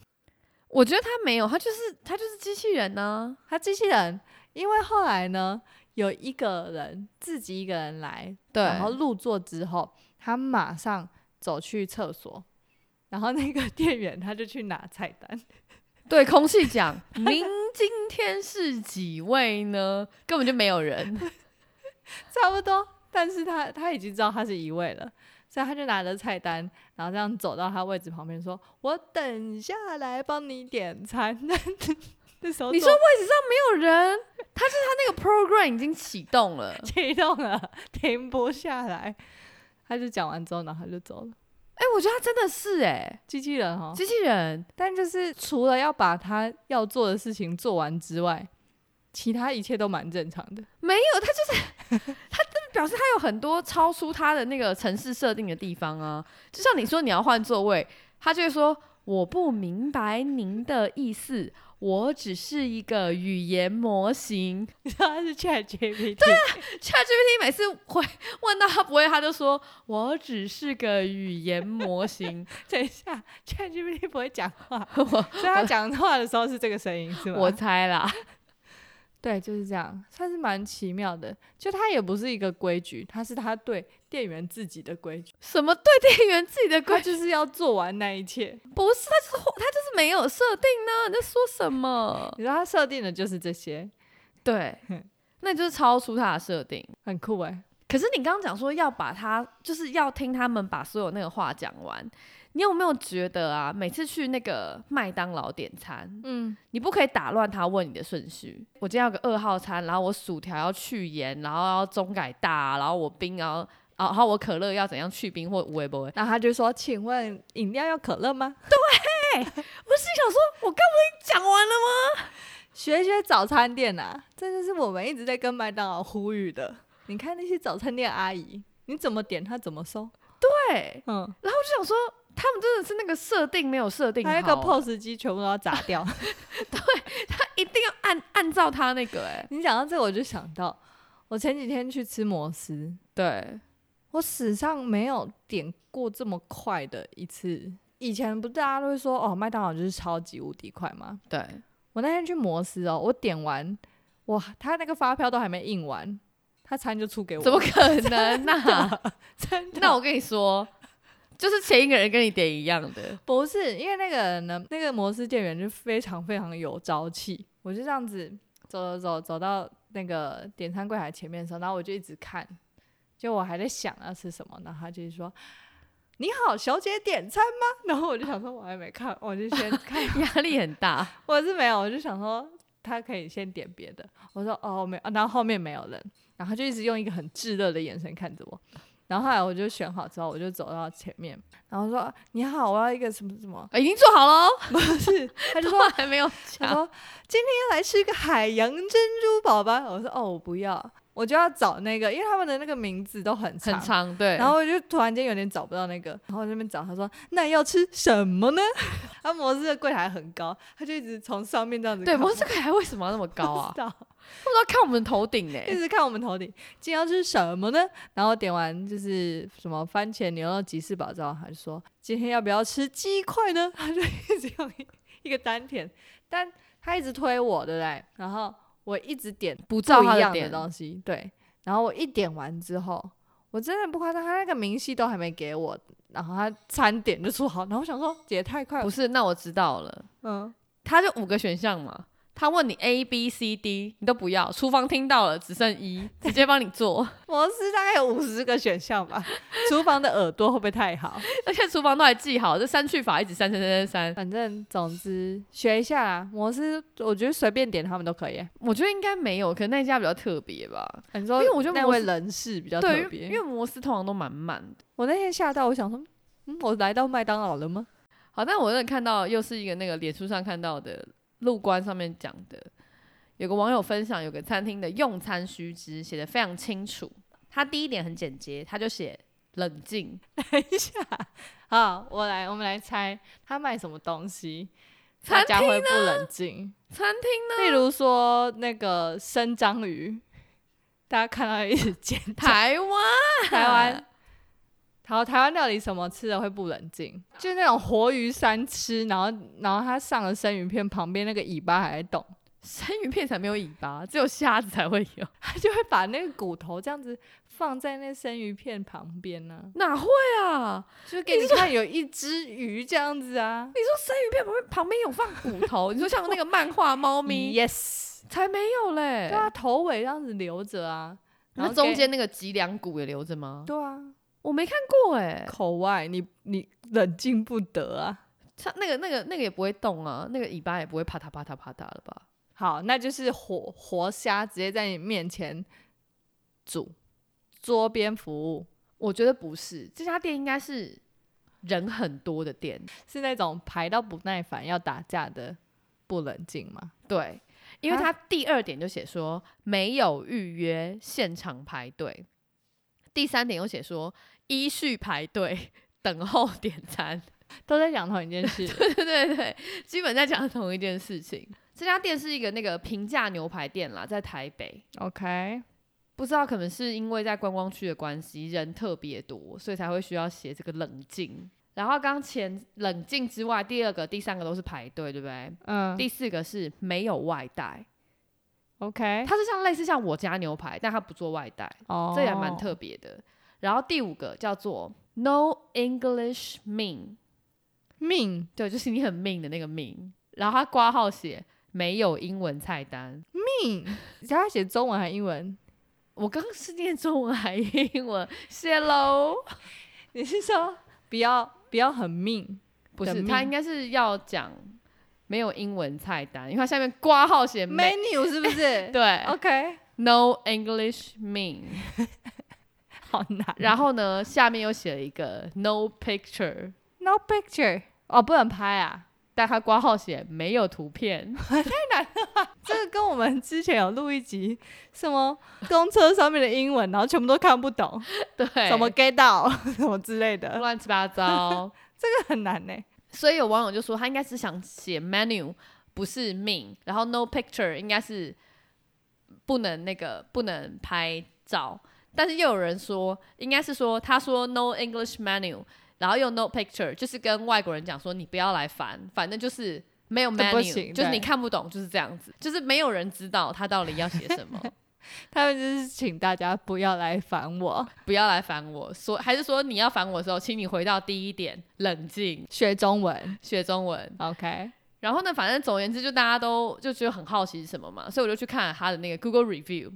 Speaker 1: 我觉得他没有，他就是他就是机器人呢、
Speaker 2: 他机器人，因为后来呢，有一个人自己一个人来，
Speaker 1: 对
Speaker 2: 然后入座之后，他马上走去厕所，然后那个店员他就去拿菜单，
Speaker 1: 对，空气讲， 您今天是几位呢？根本就没有人。
Speaker 2: 差不多，但是他他已经知道他是一位了。所以他就拿着菜单，然后这样走到他位置旁边，说：“我等下来帮你点餐。” 那时候
Speaker 1: 你说
Speaker 2: 坐
Speaker 1: 位置上没有人，他就是他那个 program 已经启动了。
Speaker 2: 激动了，停不下来。他就讲完之后，然后他就走了。
Speaker 1: 哎、我觉得他真的是哎、
Speaker 2: 机器人哦，
Speaker 1: 机器人
Speaker 2: 但就是除了要把他要做的事情做完之外，其他一切都蛮正常的。
Speaker 1: 没有，他就是 他，真的表示他有很多超出他的那个城市设定的地方啊。就像你说你要换座位，他就会说我不明白您的意思，我只是一个语言模型。
Speaker 2: 你知道他是 ChatGPT，对、啊
Speaker 1: ChatGPT 每次会问到他不会，他就说我只是个语言模型，
Speaker 2: 等一下 ChatGPT 不会讲 话，
Speaker 1: 我
Speaker 2: 所以他讲话的时候是这个声音，是吗？
Speaker 1: 我猜啦。
Speaker 2: 对，就是这样，算是蛮奇妙的。就他也不是一个规矩，他是他对店员自己的规矩，
Speaker 1: 什么对店员自己的规
Speaker 2: 他就是要做完那一切。
Speaker 1: 不是，他就是他就是没有设定呢。你在说什么？
Speaker 2: 你知道他设定的就是这些，
Speaker 1: 对，那就是超出他的设定。
Speaker 2: 很酷哎、
Speaker 1: 可是你刚刚讲说要把他，就是要听他们把所有那个话讲完。你有没有觉得啊，每次去那个麦当劳点餐，
Speaker 2: 嗯，
Speaker 1: 你不可以打乱他问你的顺序。我今天要个二号餐，然后我薯条要去盐，然后要中改大，然后我冰要，然后然后我可乐要怎样去冰或无 微不微。
Speaker 2: 然后他就说：“请问饮料要可乐吗？”
Speaker 1: 我是想说，我刚不是讲完了吗？
Speaker 2: 学学早餐店啊，这就是我们一直在跟麦当劳呼吁的。你看那些早餐店阿姨，你怎么点她怎么收。
Speaker 1: 对，
Speaker 2: 嗯，
Speaker 1: 然后我就想说，他们真的是那个设定没有设定好，
Speaker 2: 还有一个 POS 机全部都要砸掉。
Speaker 1: 他一定要按按照他那个哎、
Speaker 2: 你讲到这，我就想到，我前几天去吃摩斯，
Speaker 1: 对，
Speaker 2: 我史上没有点过这么快的一次。以前不是大家都会说哦，麦当劳就是超级无敌快吗？
Speaker 1: 对，
Speaker 2: 我那天去摩斯哦，我点完，哇，他那个发票都还没印完，他餐就出给我，
Speaker 1: 怎么可能啊呢、
Speaker 2: 真的？
Speaker 1: 那我跟你说，就是前一个人跟你点一样的，
Speaker 2: 不是，因为那个人呢，那个摩斯店员就非常非常有朝气。我就这样子走走走走到那个点餐柜台前面的时候，然后我就一直看，就我还在想要吃什么，然后他就说：“你好，小姐点餐吗？” 然后我就想说，我还没看，我就先看，
Speaker 1: 压力很大。
Speaker 2: 我是没有，我就想说他可以先点别的。我说：“哦，没有。啊”然后后面没有人，然后他就一直用一个很炙热的眼神看着我。然后后来我就选好之后，我就走到前面，然后说：“你好，我要一个什么什么。”
Speaker 1: 已经做好了，哦
Speaker 2: 不是，他 就
Speaker 1: 就
Speaker 2: 说
Speaker 1: 说还没有
Speaker 2: 他
Speaker 1: 讲，
Speaker 2: 说今天来吃个海洋珍珠堡吧。我说哦，我不要，我就要找那个，因为他们的那个名字都很长。
Speaker 1: 很长，对，
Speaker 2: 然后我就突然间有点找不到那个，然后我这边找，他说那要吃什么呢？ 他摩斯的柜台很高，他就一直从上面这样子
Speaker 1: 对，
Speaker 2: 看
Speaker 1: 摩
Speaker 2: 我
Speaker 1: 斯凯为什么要那么高
Speaker 2: 不
Speaker 1: 啊
Speaker 2: 知？道
Speaker 1: 他们都要 看我们头顶 呢、
Speaker 2: 一直看我们头顶，今天要吃什么呢？然后点完就是什么番茄牛肉吉士堡之后，他就说今天要不要吃鸡块呢？ 他就一直用一一个单点，但他一直推我，对不对？然后我一直点
Speaker 1: 不
Speaker 2: 不
Speaker 1: 照
Speaker 2: 一
Speaker 1: 他的
Speaker 2: 样
Speaker 1: 点
Speaker 2: 的，东西，对。然后我一点完之后，我真的不夸张，他那个明细都还没给我，然后他餐点就出好，然后我想说也太快了
Speaker 1: 不，是？那我知道了，
Speaker 2: 嗯，
Speaker 1: 他就五个选项嘛。他问你 A B C D，你都不要，厨房听到了只剩 一，直接帮你做，
Speaker 2: 摩斯大概有五十个选项吧， 厨房的耳朵会不会太好？
Speaker 1: 而且厨房都还记好，这删去法一直删删删删删。
Speaker 2: 反正总之学一下啦，摩斯我觉得随便点他们都可以欸、
Speaker 1: 我觉得应该没有，可能那一家比较特别吧。
Speaker 2: 啊你说，
Speaker 1: 因为我觉得
Speaker 2: 那
Speaker 1: 摩
Speaker 2: 位
Speaker 1: 斯
Speaker 2: 人士比较
Speaker 1: 对，
Speaker 2: 特
Speaker 1: 因为因
Speaker 2: 别
Speaker 1: 为。摩斯通常都蛮慢的。
Speaker 2: 我那天吓到，我想说，嗯，我来到麦当劳了吗？
Speaker 1: 好，但我真的看到又是一个那个脸书上看到的路观上面讲的，有个网友分享有个餐厅的用餐须知写的非常清楚，他第一点很简洁，他就写冷静，
Speaker 2: 等一下，好，我来，我们来猜他卖什么东西，
Speaker 1: 餐
Speaker 2: 大家会不冷静。
Speaker 1: 餐厅
Speaker 2: 例如说那个生章鱼，大家看到一直 煎台
Speaker 1: 台湾
Speaker 2: 台湾。好，台湾料理什么吃的会不冷静？就是那种活鱼三吃，然后然后他上了生鱼片，旁边那个尾巴还在动，
Speaker 1: 生鱼片才没有尾巴，只有虾子才会有，
Speaker 2: 他就会把那个骨头这样子放在那生鱼片旁边呢、
Speaker 1: 哪会啊？
Speaker 2: 就是给你看有一只鱼这样子啊。
Speaker 1: 你说生鱼片旁边旁边有放骨头，你说像那个漫画 猫 咪
Speaker 2: Yes，
Speaker 1: 才没有嘞
Speaker 2: 对，啊，头尾这样子留着啊，然
Speaker 1: 那
Speaker 2: 后
Speaker 1: 中
Speaker 2: 给
Speaker 1: 间那个脊梁骨也留着吗？
Speaker 2: 对啊，
Speaker 1: 我没看过哎、
Speaker 2: 口外你你冷静不得啊。
Speaker 1: 它那个那个那个也不会动啊，那个尾巴也不会啪嗒啪嗒啪嗒了吧？
Speaker 2: 好，那就是活活虾直接在你面前煮，桌边服务
Speaker 1: 我觉得不是，这家店应该是人很多的店，
Speaker 2: 是那种排到不耐烦要打架的不冷静吗？
Speaker 1: 对，因为
Speaker 2: 啊
Speaker 1: 他第二点就写说没有预约，现场排队；第三点又写说依序排队。等候点餐，
Speaker 2: 都在讲同一件事，
Speaker 1: 对对对，基本在讲同一件事情。这家店是一个那个平价牛排店啦，在台北，
Speaker 2: OK，
Speaker 1: 不知道可能是因为在观光区的关系，人特别多，所以才会需要写这个冷静。然后刚前冷静之外，第二个、第三个都是排队，对不对？
Speaker 2: 嗯
Speaker 1: 第四个是没有外带，
Speaker 2: ，OK，
Speaker 1: 它是像类似像我家牛排，但它不做外带，
Speaker 2: 哦
Speaker 1: 这也蛮特别的。然后第五个叫做 No English Mean，
Speaker 2: 命
Speaker 1: 对，就是你很命的那个命。然后它挂号写没有英文菜单，
Speaker 2: 命，他写中文还英文？
Speaker 1: 我刚刚是念中文还英文，谢喽。
Speaker 2: 你是说不要不要很命？
Speaker 1: 不
Speaker 2: 的
Speaker 1: 是，
Speaker 2: 命
Speaker 1: 他应该是要讲没有英文菜单，因为他下面挂号写没
Speaker 2: menu 是不 是？
Speaker 1: 对、
Speaker 2: ，OK，
Speaker 1: n o English mean，
Speaker 2: 好难。
Speaker 1: 然后呢，下面又写了一个 No picture，
Speaker 2: No picture，哦，不能拍啊，
Speaker 1: 但他挂号写没有图片，
Speaker 2: 这个跟我们之前有录一集什么公车上面的英文，然后全部都看不懂，
Speaker 1: 对，
Speaker 2: 什么 get 到 什么之类的，
Speaker 1: 乱七八糟。
Speaker 2: 这个很难呢、
Speaker 1: 所以有网友就说，他应该是想写 menu，不是 mean，然后 No picture 应该是不能那个不能拍照，但是又有人说，应该是说他说 no English menu，然后又 no picture，就是跟外国人讲说你不要来烦，反正就是没有
Speaker 2: 这不
Speaker 1: menu，
Speaker 2: 行
Speaker 1: 就是你
Speaker 2: 对
Speaker 1: 看不懂，就是这样子，就是没有人知道他到底要写 什么，
Speaker 2: 他们就是请大家不要来烦我，
Speaker 1: 不要来烦我，说还是说你要烦我的时候，请你回到第一点，冷静，
Speaker 2: 学中文
Speaker 1: 学中文，
Speaker 2: ，OK，
Speaker 1: 然后呢，反正总而言之，就大家都就觉得很好奇是什么嘛，所以我就去看了他的那个 Google Review。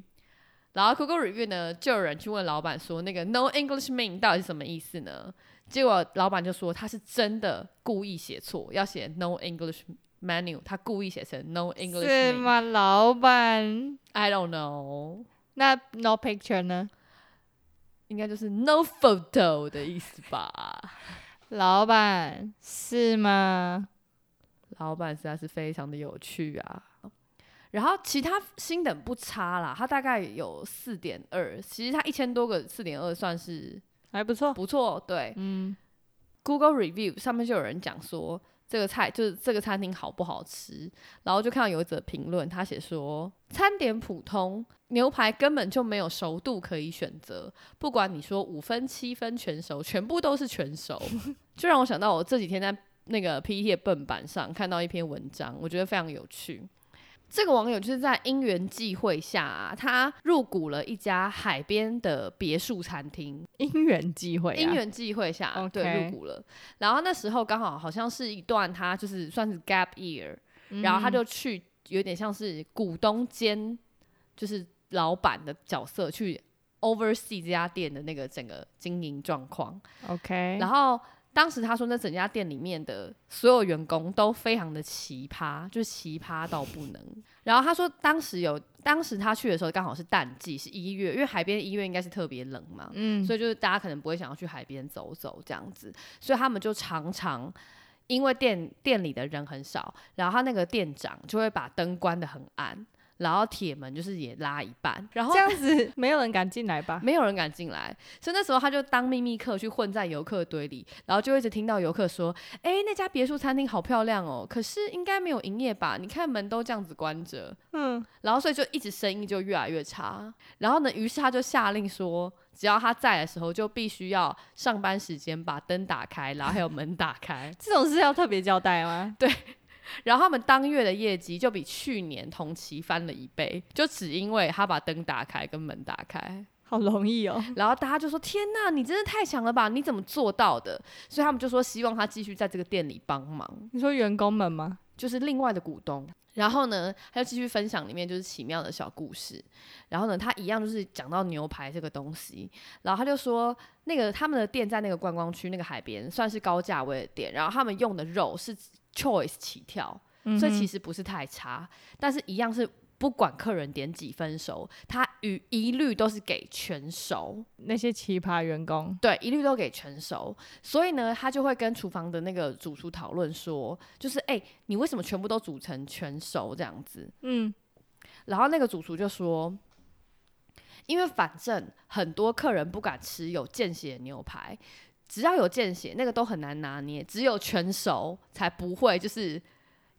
Speaker 1: 然后 Google Review 呢，就有人去问老板说，那个 No English mean 到底是什么意思呢？结果老板就说他是真的故意写错，要写 No English menu，他故意写成 No English
Speaker 2: 是
Speaker 1: mean。
Speaker 2: 吗，老板？
Speaker 1: I don't know，
Speaker 2: 那 no picture 呢？
Speaker 1: 应该就是 No photo 的意思吧？
Speaker 2: 老板是吗？
Speaker 1: 老板实在是非常的有趣啊。然后其他星等不差啦，它大概有四点二，其实它一千多个四点二算是
Speaker 2: 还不错，
Speaker 1: 不错。对
Speaker 2: 嗯，
Speaker 1: ，Google Review 上面就有人讲说这个菜就是这个餐厅好不好吃，然后就看到有一则评论，他写说餐点普通，牛排根本就没有熟度可以选择，不管你说五分、七分全熟，全部都是全熟，就让我想到我这几天在那个 PPT 的笨板上看到一篇文章，我觉得非常有趣。这个网友就是在因缘际会下啊，他入股了一家海边的别墅餐厅，
Speaker 2: 因缘际会、啊，
Speaker 1: 因缘际会下
Speaker 2: OK
Speaker 1: 对入股了。然后那时候刚好好像是一段他就是算是 gap year，、
Speaker 2: 嗯
Speaker 1: 然后他就去有点像是股东兼就是老板的角色去 oversee 这家店的那个整个经营状况。
Speaker 2: OK，
Speaker 1: 然后当时他说，那整家店里面的所有员工都非常的奇葩，就是奇葩到不能。然后他说，当时有当时他去的时候刚好是淡季，是一月，因为海边一月应该是特别冷嘛，
Speaker 2: 嗯，
Speaker 1: 所以就是大家可能不会想要去海边走走这样子，所以他们就常常因为店店里的人很少，然后他那个店长就会把灯关得很暗，然后铁门就是也拉一半，然后
Speaker 2: 这样 子没有人敢进来吧？
Speaker 1: 没有人敢进来，所以那时候他就当秘密客去混在游客堆里，然后就一直听到游客说：“哎、那家别墅餐厅好漂亮哦，可是应该没有营业吧？你看门都这样子关着。”
Speaker 2: 嗯，。
Speaker 1: 然后所以就一直生意就越来越差。然后呢，于是他就下令说，只要他在的时候，就必须要上班时间把灯打开，然后还有门打开
Speaker 2: 这种事要特别交代吗？
Speaker 1: 然后他们当月的业绩就比去年同期翻了一倍，就只因为他把灯打开跟门打开。
Speaker 2: 好容易哦，
Speaker 1: 然后大家就说：“天呐，你真的太强了吧！你怎么做到的？”所以他们就说希望他继续在这个店里帮忙，
Speaker 2: 你说员工们吗？
Speaker 1: 就是另外的股东。然后呢，他就继续分享里面就是奇妙的小故事。然后呢，他一样就是讲到牛排这个东西，然后他就说，那个他们的店在那个观光区那个海边算是高价位的店，然后他们用的肉是 choice 起跳，所以其
Speaker 2: 实
Speaker 1: 实不是太差，但是一样是不管客人点几分熟，他与一律都是给全熟。
Speaker 2: 那些奇葩员工，
Speaker 1: 对，一律都给全熟。所以呢，他就会跟厨房的那个主厨讨论说，就是哎、你为什么全部都煮成全熟这样子？
Speaker 2: 嗯，
Speaker 1: 然后那个主厨就说，因为反正很多客人不敢吃有见血的牛排，只要有见血，那个都很难拿捏，只有全熟才不会就是。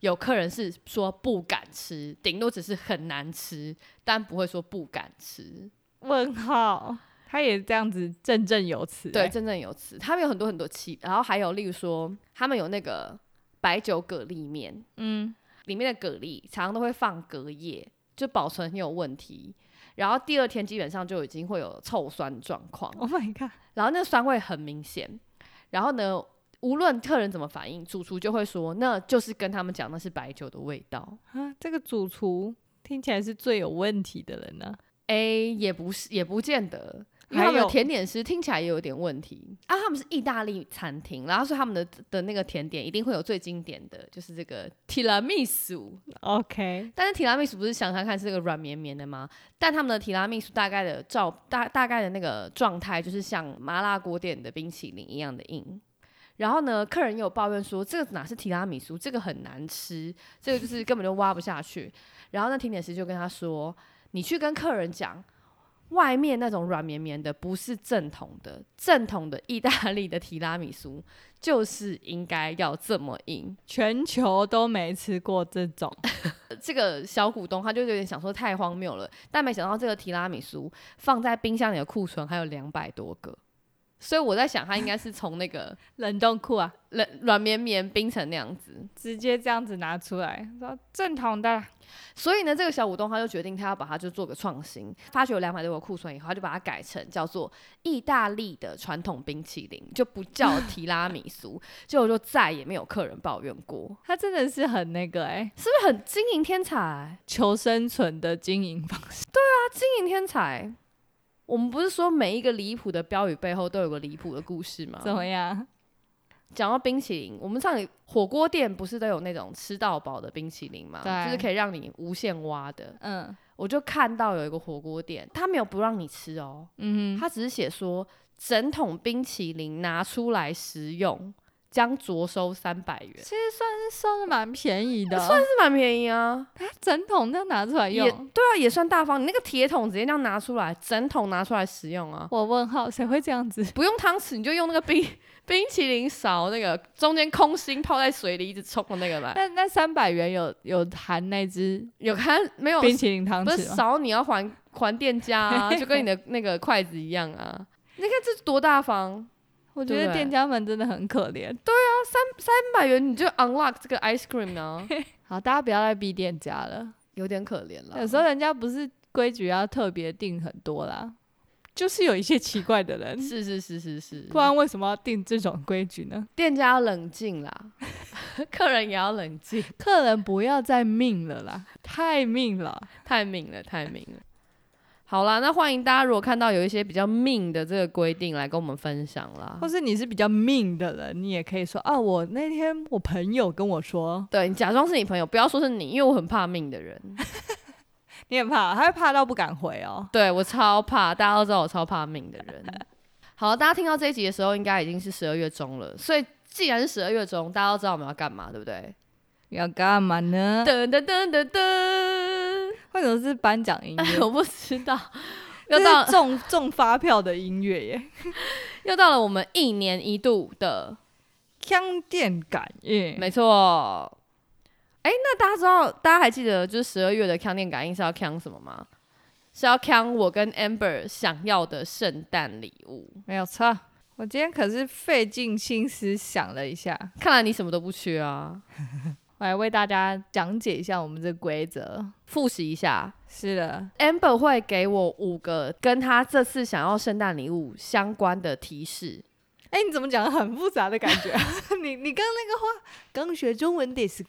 Speaker 1: 有客人是说不敢吃，顶多只是很难吃，但不会说不敢吃。
Speaker 2: 问号，他也这样子振振有词、
Speaker 1: 对，
Speaker 2: 欸，
Speaker 1: 振振有词。他们有很多很多期，然后还有例如说，他们有那个白酒蛤蜊面，
Speaker 2: 嗯，
Speaker 1: 里面的蛤蜊常常都会放隔夜，就保存很有问题。然后第二天基本上就已经会有臭酸状况，
Speaker 2: ，Oh my god，
Speaker 1: 然后那酸味很明显。然后呢，无论客人怎么反应，主厨就会说，那就是跟他们讲那是白酒的味道。
Speaker 2: 啊，这个主厨听起来是最有问题的人啊呢、
Speaker 1: A 也不是，也不见得。因
Speaker 2: 还
Speaker 1: 为他们的
Speaker 2: 有
Speaker 1: 甜点师听起来也有点问题啊，他们是意大利餐厅，然后所以他们的的那个甜点一定会有最经典的，就是这个提拉米苏。
Speaker 2: OK，
Speaker 1: 但是提拉米苏不是想想看是这个软绵绵的吗？但他们的提拉米苏大概的照大大概的那个状态就是像麻辣锅店的冰淇淋一样的硬。然后呢，客人也有抱怨说，这个哪是提拉米苏，这个很难吃，这个就是根本就挖不下去。然后那甜点师就跟他说，你去跟客人讲，外面那种软绵绵的不是正统的，正统的意大利的提拉米苏就是应该要这么硬。
Speaker 2: 全球都没吃过这种
Speaker 1: 这个小股东他就有点想说太荒谬了，但没想到这个提拉米苏放在冰箱里的库存还有两百多个，所以我在想他应该是从那个
Speaker 2: 冷冻库啊，
Speaker 1: 软软绵绵冰成那样子，
Speaker 2: 直接这样子拿出来，说正统的啦，
Speaker 1: 所以呢，这个小股东他就决定他要把它就做个创新，发觉有两百多个库存以后，他就把它改成叫做意大利的传统冰淇淋，就不叫提拉米苏， 结果就再也没有客人抱怨过，
Speaker 2: 他真的是很那个哎、
Speaker 1: 是不是很经营天才？
Speaker 2: 求生存的经营方式。
Speaker 1: 经营天才，我们不是说每一个离谱的标语背后都有个离谱的故事吗？
Speaker 2: 怎么样？
Speaker 1: 讲到冰淇淋，我们上一火锅店不是都有那种吃到饱的冰淇淋吗？
Speaker 2: 对
Speaker 1: 就是可以让你无限挖的。
Speaker 2: 嗯
Speaker 1: 我就看到有一个火锅店，他没有不让你吃哦，
Speaker 2: 嗯哼，
Speaker 1: 他只是写说整桶冰淇淋拿出来食用，将着收三百元，
Speaker 2: 其实算是算是蛮便宜的，
Speaker 1: 算是蛮便宜啊。
Speaker 2: 他整桶这样拿出来
Speaker 1: 也
Speaker 2: 用。
Speaker 1: 对啊，也算大方。你那个铁桶直接这样拿出来，整桶拿出来食用啊，
Speaker 2: 我问号，谁会这样子？
Speaker 1: 不用汤匙，你就用那个冰 冰淇淋勺，那个中间空心泡在水里一直冲的那个来。
Speaker 2: 那那三百元有有含那只
Speaker 1: 有看没有？
Speaker 2: 冰淇淋汤
Speaker 1: 不是
Speaker 2: 匙吗？
Speaker 1: 勺你要还还店家啊，就跟你的那个筷子一样啊。你看这多大方，
Speaker 2: 我觉
Speaker 1: 对
Speaker 2: 得
Speaker 1: 不对
Speaker 2: 店家们真的很可怜。
Speaker 1: 三百元你就 unlock 这个 ice cream 啊，
Speaker 2: 好，大家不要再逼店家了。
Speaker 1: 有点可怜了。
Speaker 2: 有时候人家不是规矩要特别定很多啦，就是有一些奇怪的人，
Speaker 1: 是是是是是，
Speaker 2: 不然为什么要定这种规矩呢？
Speaker 1: 店家要冷 静啦，客人也要冷静，
Speaker 2: 客人不要再命了啦，太命了。
Speaker 1: 太明了，太明了。好啦，那欢迎大家如果看到有一些比较命的这个规定，来跟我们分享啦
Speaker 2: 或。是你是比较命的人，你也可以说啊，我那天我朋友跟我说，
Speaker 1: 对你假装是你朋友，不要说是你，因为我很怕命的人，
Speaker 2: 你很怕，他会怕到不敢回哦。
Speaker 1: 对我超怕，大家都知道我超怕命的人。好，大家听到这一集的时候，应该已经是十二月中了，所以既然是十二月中，大家都知道我们要干嘛，对不对？
Speaker 2: 要干嘛呢？
Speaker 1: 噔噔噔噔噔，
Speaker 2: 为什么是颁奖音 乐？
Speaker 1: 我不知道，
Speaker 2: 这
Speaker 1: 又到
Speaker 2: 是中中发票的音乐耶，
Speaker 1: 又到了我们一年一度的
Speaker 2: 枪电感耶。
Speaker 1: 没错。哎、那大家知道，大家还记得就是十二月的康电感应是要康什么吗？是要康我跟 Amber 想要的圣诞礼物。
Speaker 2: 没有错，我今天可是费尽心思想了一下，
Speaker 1: 看来你什么都不缺啊。
Speaker 2: 我来为大家讲解一下我们这规则。
Speaker 1: 复习一下
Speaker 2: 是的，
Speaker 1: ，Amber 会给我五个跟他这次想要圣诞礼物相关的提示。
Speaker 2: 哎、你怎么讲得很复杂的感觉啊？ 你你刚刚那个话，刚学中文 d i s c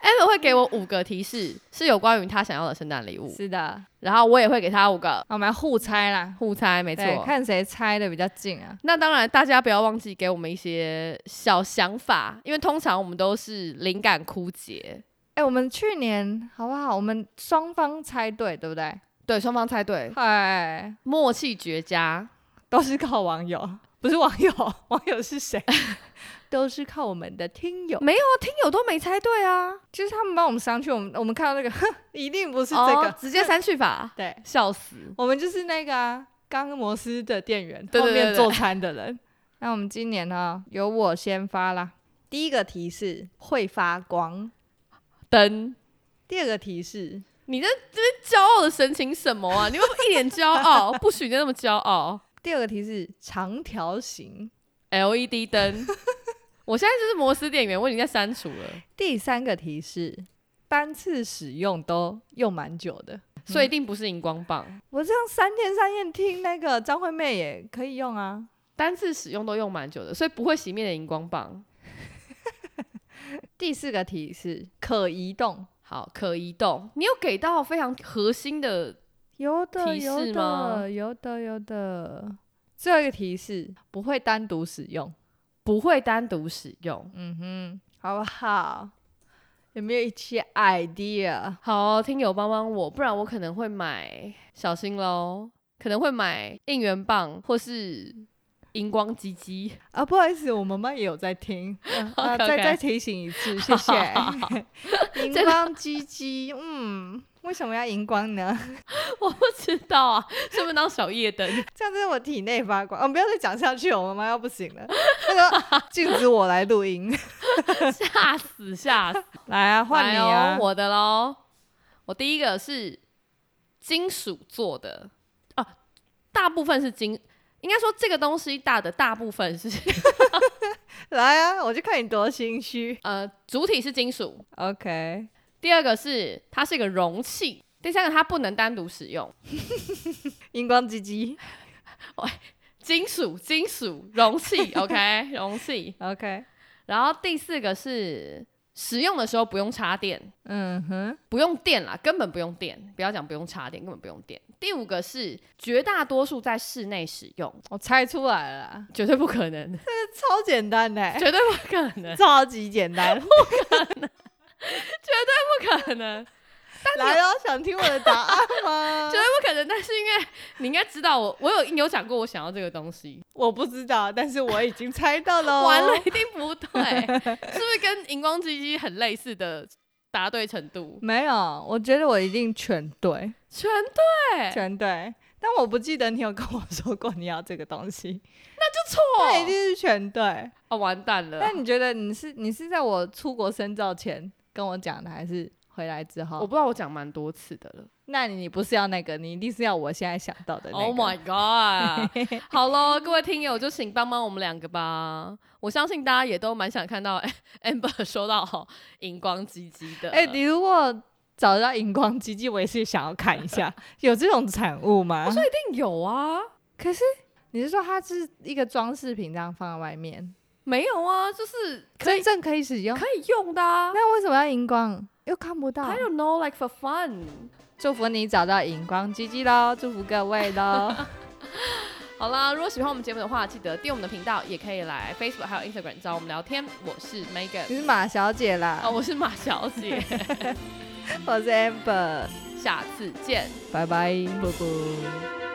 Speaker 1: Amber 会给我五个提示，是有关于他想要的圣诞礼物，
Speaker 2: 是的，
Speaker 1: 然后我也会给他五个
Speaker 2: 我们来互猜啦，
Speaker 1: 互猜，没错。
Speaker 2: 对看谁猜的比较近啊。
Speaker 1: 那当然，大家不要忘记给我们一些小想法，因为通常我们都是灵感枯竭。
Speaker 2: 哎、我们去年好不好？我们双方猜对，对不对？
Speaker 1: 对，双方猜对，
Speaker 2: 哎，
Speaker 1: 默契绝佳。
Speaker 2: 都是靠网友，不是网友， 网友是谁？ 都是靠我们的听友，
Speaker 1: 没有啊，听友都没猜对啊，
Speaker 2: 就是他们帮我们商榷，我们我们看到那个， 哼，一定不是
Speaker 1: 是
Speaker 2: 这个，
Speaker 1: 直接删去法，
Speaker 2: 对，
Speaker 1: 笑死。
Speaker 2: 哦我们就是那个啊，刚摩斯的店员，
Speaker 1: 对对对
Speaker 2: 后面
Speaker 1: 对
Speaker 2: 做餐的人。那我们今年呢，由我先发啦。第一个提示会发光，
Speaker 1: 灯，
Speaker 2: 第二个提示
Speaker 1: 你在这边骄傲的神情什么啊？你为什么一脸骄 傲？不许你那么骄傲。
Speaker 2: 第二个提示长条形，
Speaker 1: LED E 灯，我现在就是摩斯电源，我已经在删除了，
Speaker 2: 第三个提示单次使用都用蛮久的。
Speaker 1: 所以一定不是荧光棒。
Speaker 2: 我这样三天三夜听那个张惠妹也可以用啊。
Speaker 1: 单次使用都用蛮久的，所以不会熄灭的荧光棒。
Speaker 2: 第四个提示可移动，
Speaker 1: 好，可移动。你有给到非常核心的，
Speaker 2: 有的
Speaker 1: 提
Speaker 2: 有
Speaker 1: 示吗
Speaker 2: 的有的有的。最后一个提示不会单独使用。
Speaker 1: 不会单独使用。
Speaker 2: 嗯哼，好不好？有没有一些 idea？
Speaker 1: 好，听友帮帮我，不然我可能会买，小心喽，可能会买应援棒或是荧光机机。
Speaker 2: 啊，不好意思，我妈妈也有在听，啊
Speaker 1: OK，OK
Speaker 2: 再再提醒一次，谢谢。荧光鸡鸡，嗯，为什么要荧光呢？
Speaker 1: 我不知道啊，顺便当小夜灯。
Speaker 2: 这样在我体内发光。我、哦们不要再讲下去，我妈妈要不行了，那个禁止我来录音。
Speaker 1: 吓死吓死！
Speaker 2: 来啊，换你啊
Speaker 1: 来哦！我的喽。我第一个是金属做的哦、大部分是金，应该说这个东西大的大部分是
Speaker 2: 来啊，我就看你多心虚。
Speaker 1: 呃主体是金属，
Speaker 2: OK，
Speaker 1: 第二个是它是一个容器，第三个它不能单独使用。
Speaker 2: 荧光鸡鸡。
Speaker 1: 金属金属容器 ，OK 容器。
Speaker 2: OK，
Speaker 1: 然后第四个是使用的时候不用插电，
Speaker 2: 嗯哼，
Speaker 1: 不用电啦，根本不用电，不要讲不用插电，根本不用电。第五个是绝大多数在室内使用，
Speaker 2: 我猜出来了啦，
Speaker 1: 绝对不 可能，
Speaker 2: 超简单的、欸
Speaker 1: 绝对不可能，
Speaker 2: 超级简 单。
Speaker 1: 不可能，
Speaker 2: 来哦，想听我的答案吗
Speaker 1: 绝？对不可能。但是因为你应该知道我，我有有讲过我想要这个东西，
Speaker 2: 我不知道，但是我已经猜到了哦。
Speaker 1: 完了一定不对， 是不是跟荧光机机很类似的答对程度？
Speaker 2: 没有，我觉得我一定全对，
Speaker 1: 全对，
Speaker 2: 全对。但我不记得你有跟我说过你要这个东西，那一定
Speaker 1: 错，
Speaker 2: 是全对。
Speaker 1: 哦，完蛋了
Speaker 2: 那。你觉得你是你是在我出国深造前跟我讲的，还是回来之
Speaker 1: 我
Speaker 2: 后？
Speaker 1: 不知道我讲蛮多次的了。
Speaker 2: 那你不是要那个，你一定是要我现在想到的那个。
Speaker 1: Oh my god！好喽，各位听友就请帮帮我们两个吧。我相信大家也都蛮想看到 Amber 收到荧光鸡鸡的。
Speaker 2: 哎、你如果找到荧光机器，我也是想要看一 下，有这种产物吗？
Speaker 1: 一定有啊，
Speaker 2: 可是你是说它是一个装饰品这样放在外面，
Speaker 1: 没有啊，就是可以
Speaker 2: 真正可以使用？
Speaker 1: 可以用的啊。
Speaker 2: 那为什么要荧光？又看不到
Speaker 1: I。don't know, like for fun。
Speaker 2: 祝福你找到荧光机器喽，祝福各位喽。
Speaker 1: 好啦，如果喜欢我们节目的话，记得订阅我们的频道，也可以来 Facebook 还有 Instagram 找我们聊天。我是 Megan，
Speaker 2: 你是马小姐啦，
Speaker 1: 哦，我是马小 姐，
Speaker 2: 我是 Amber，
Speaker 1: 下次见。
Speaker 2: 拜拜，啵啵。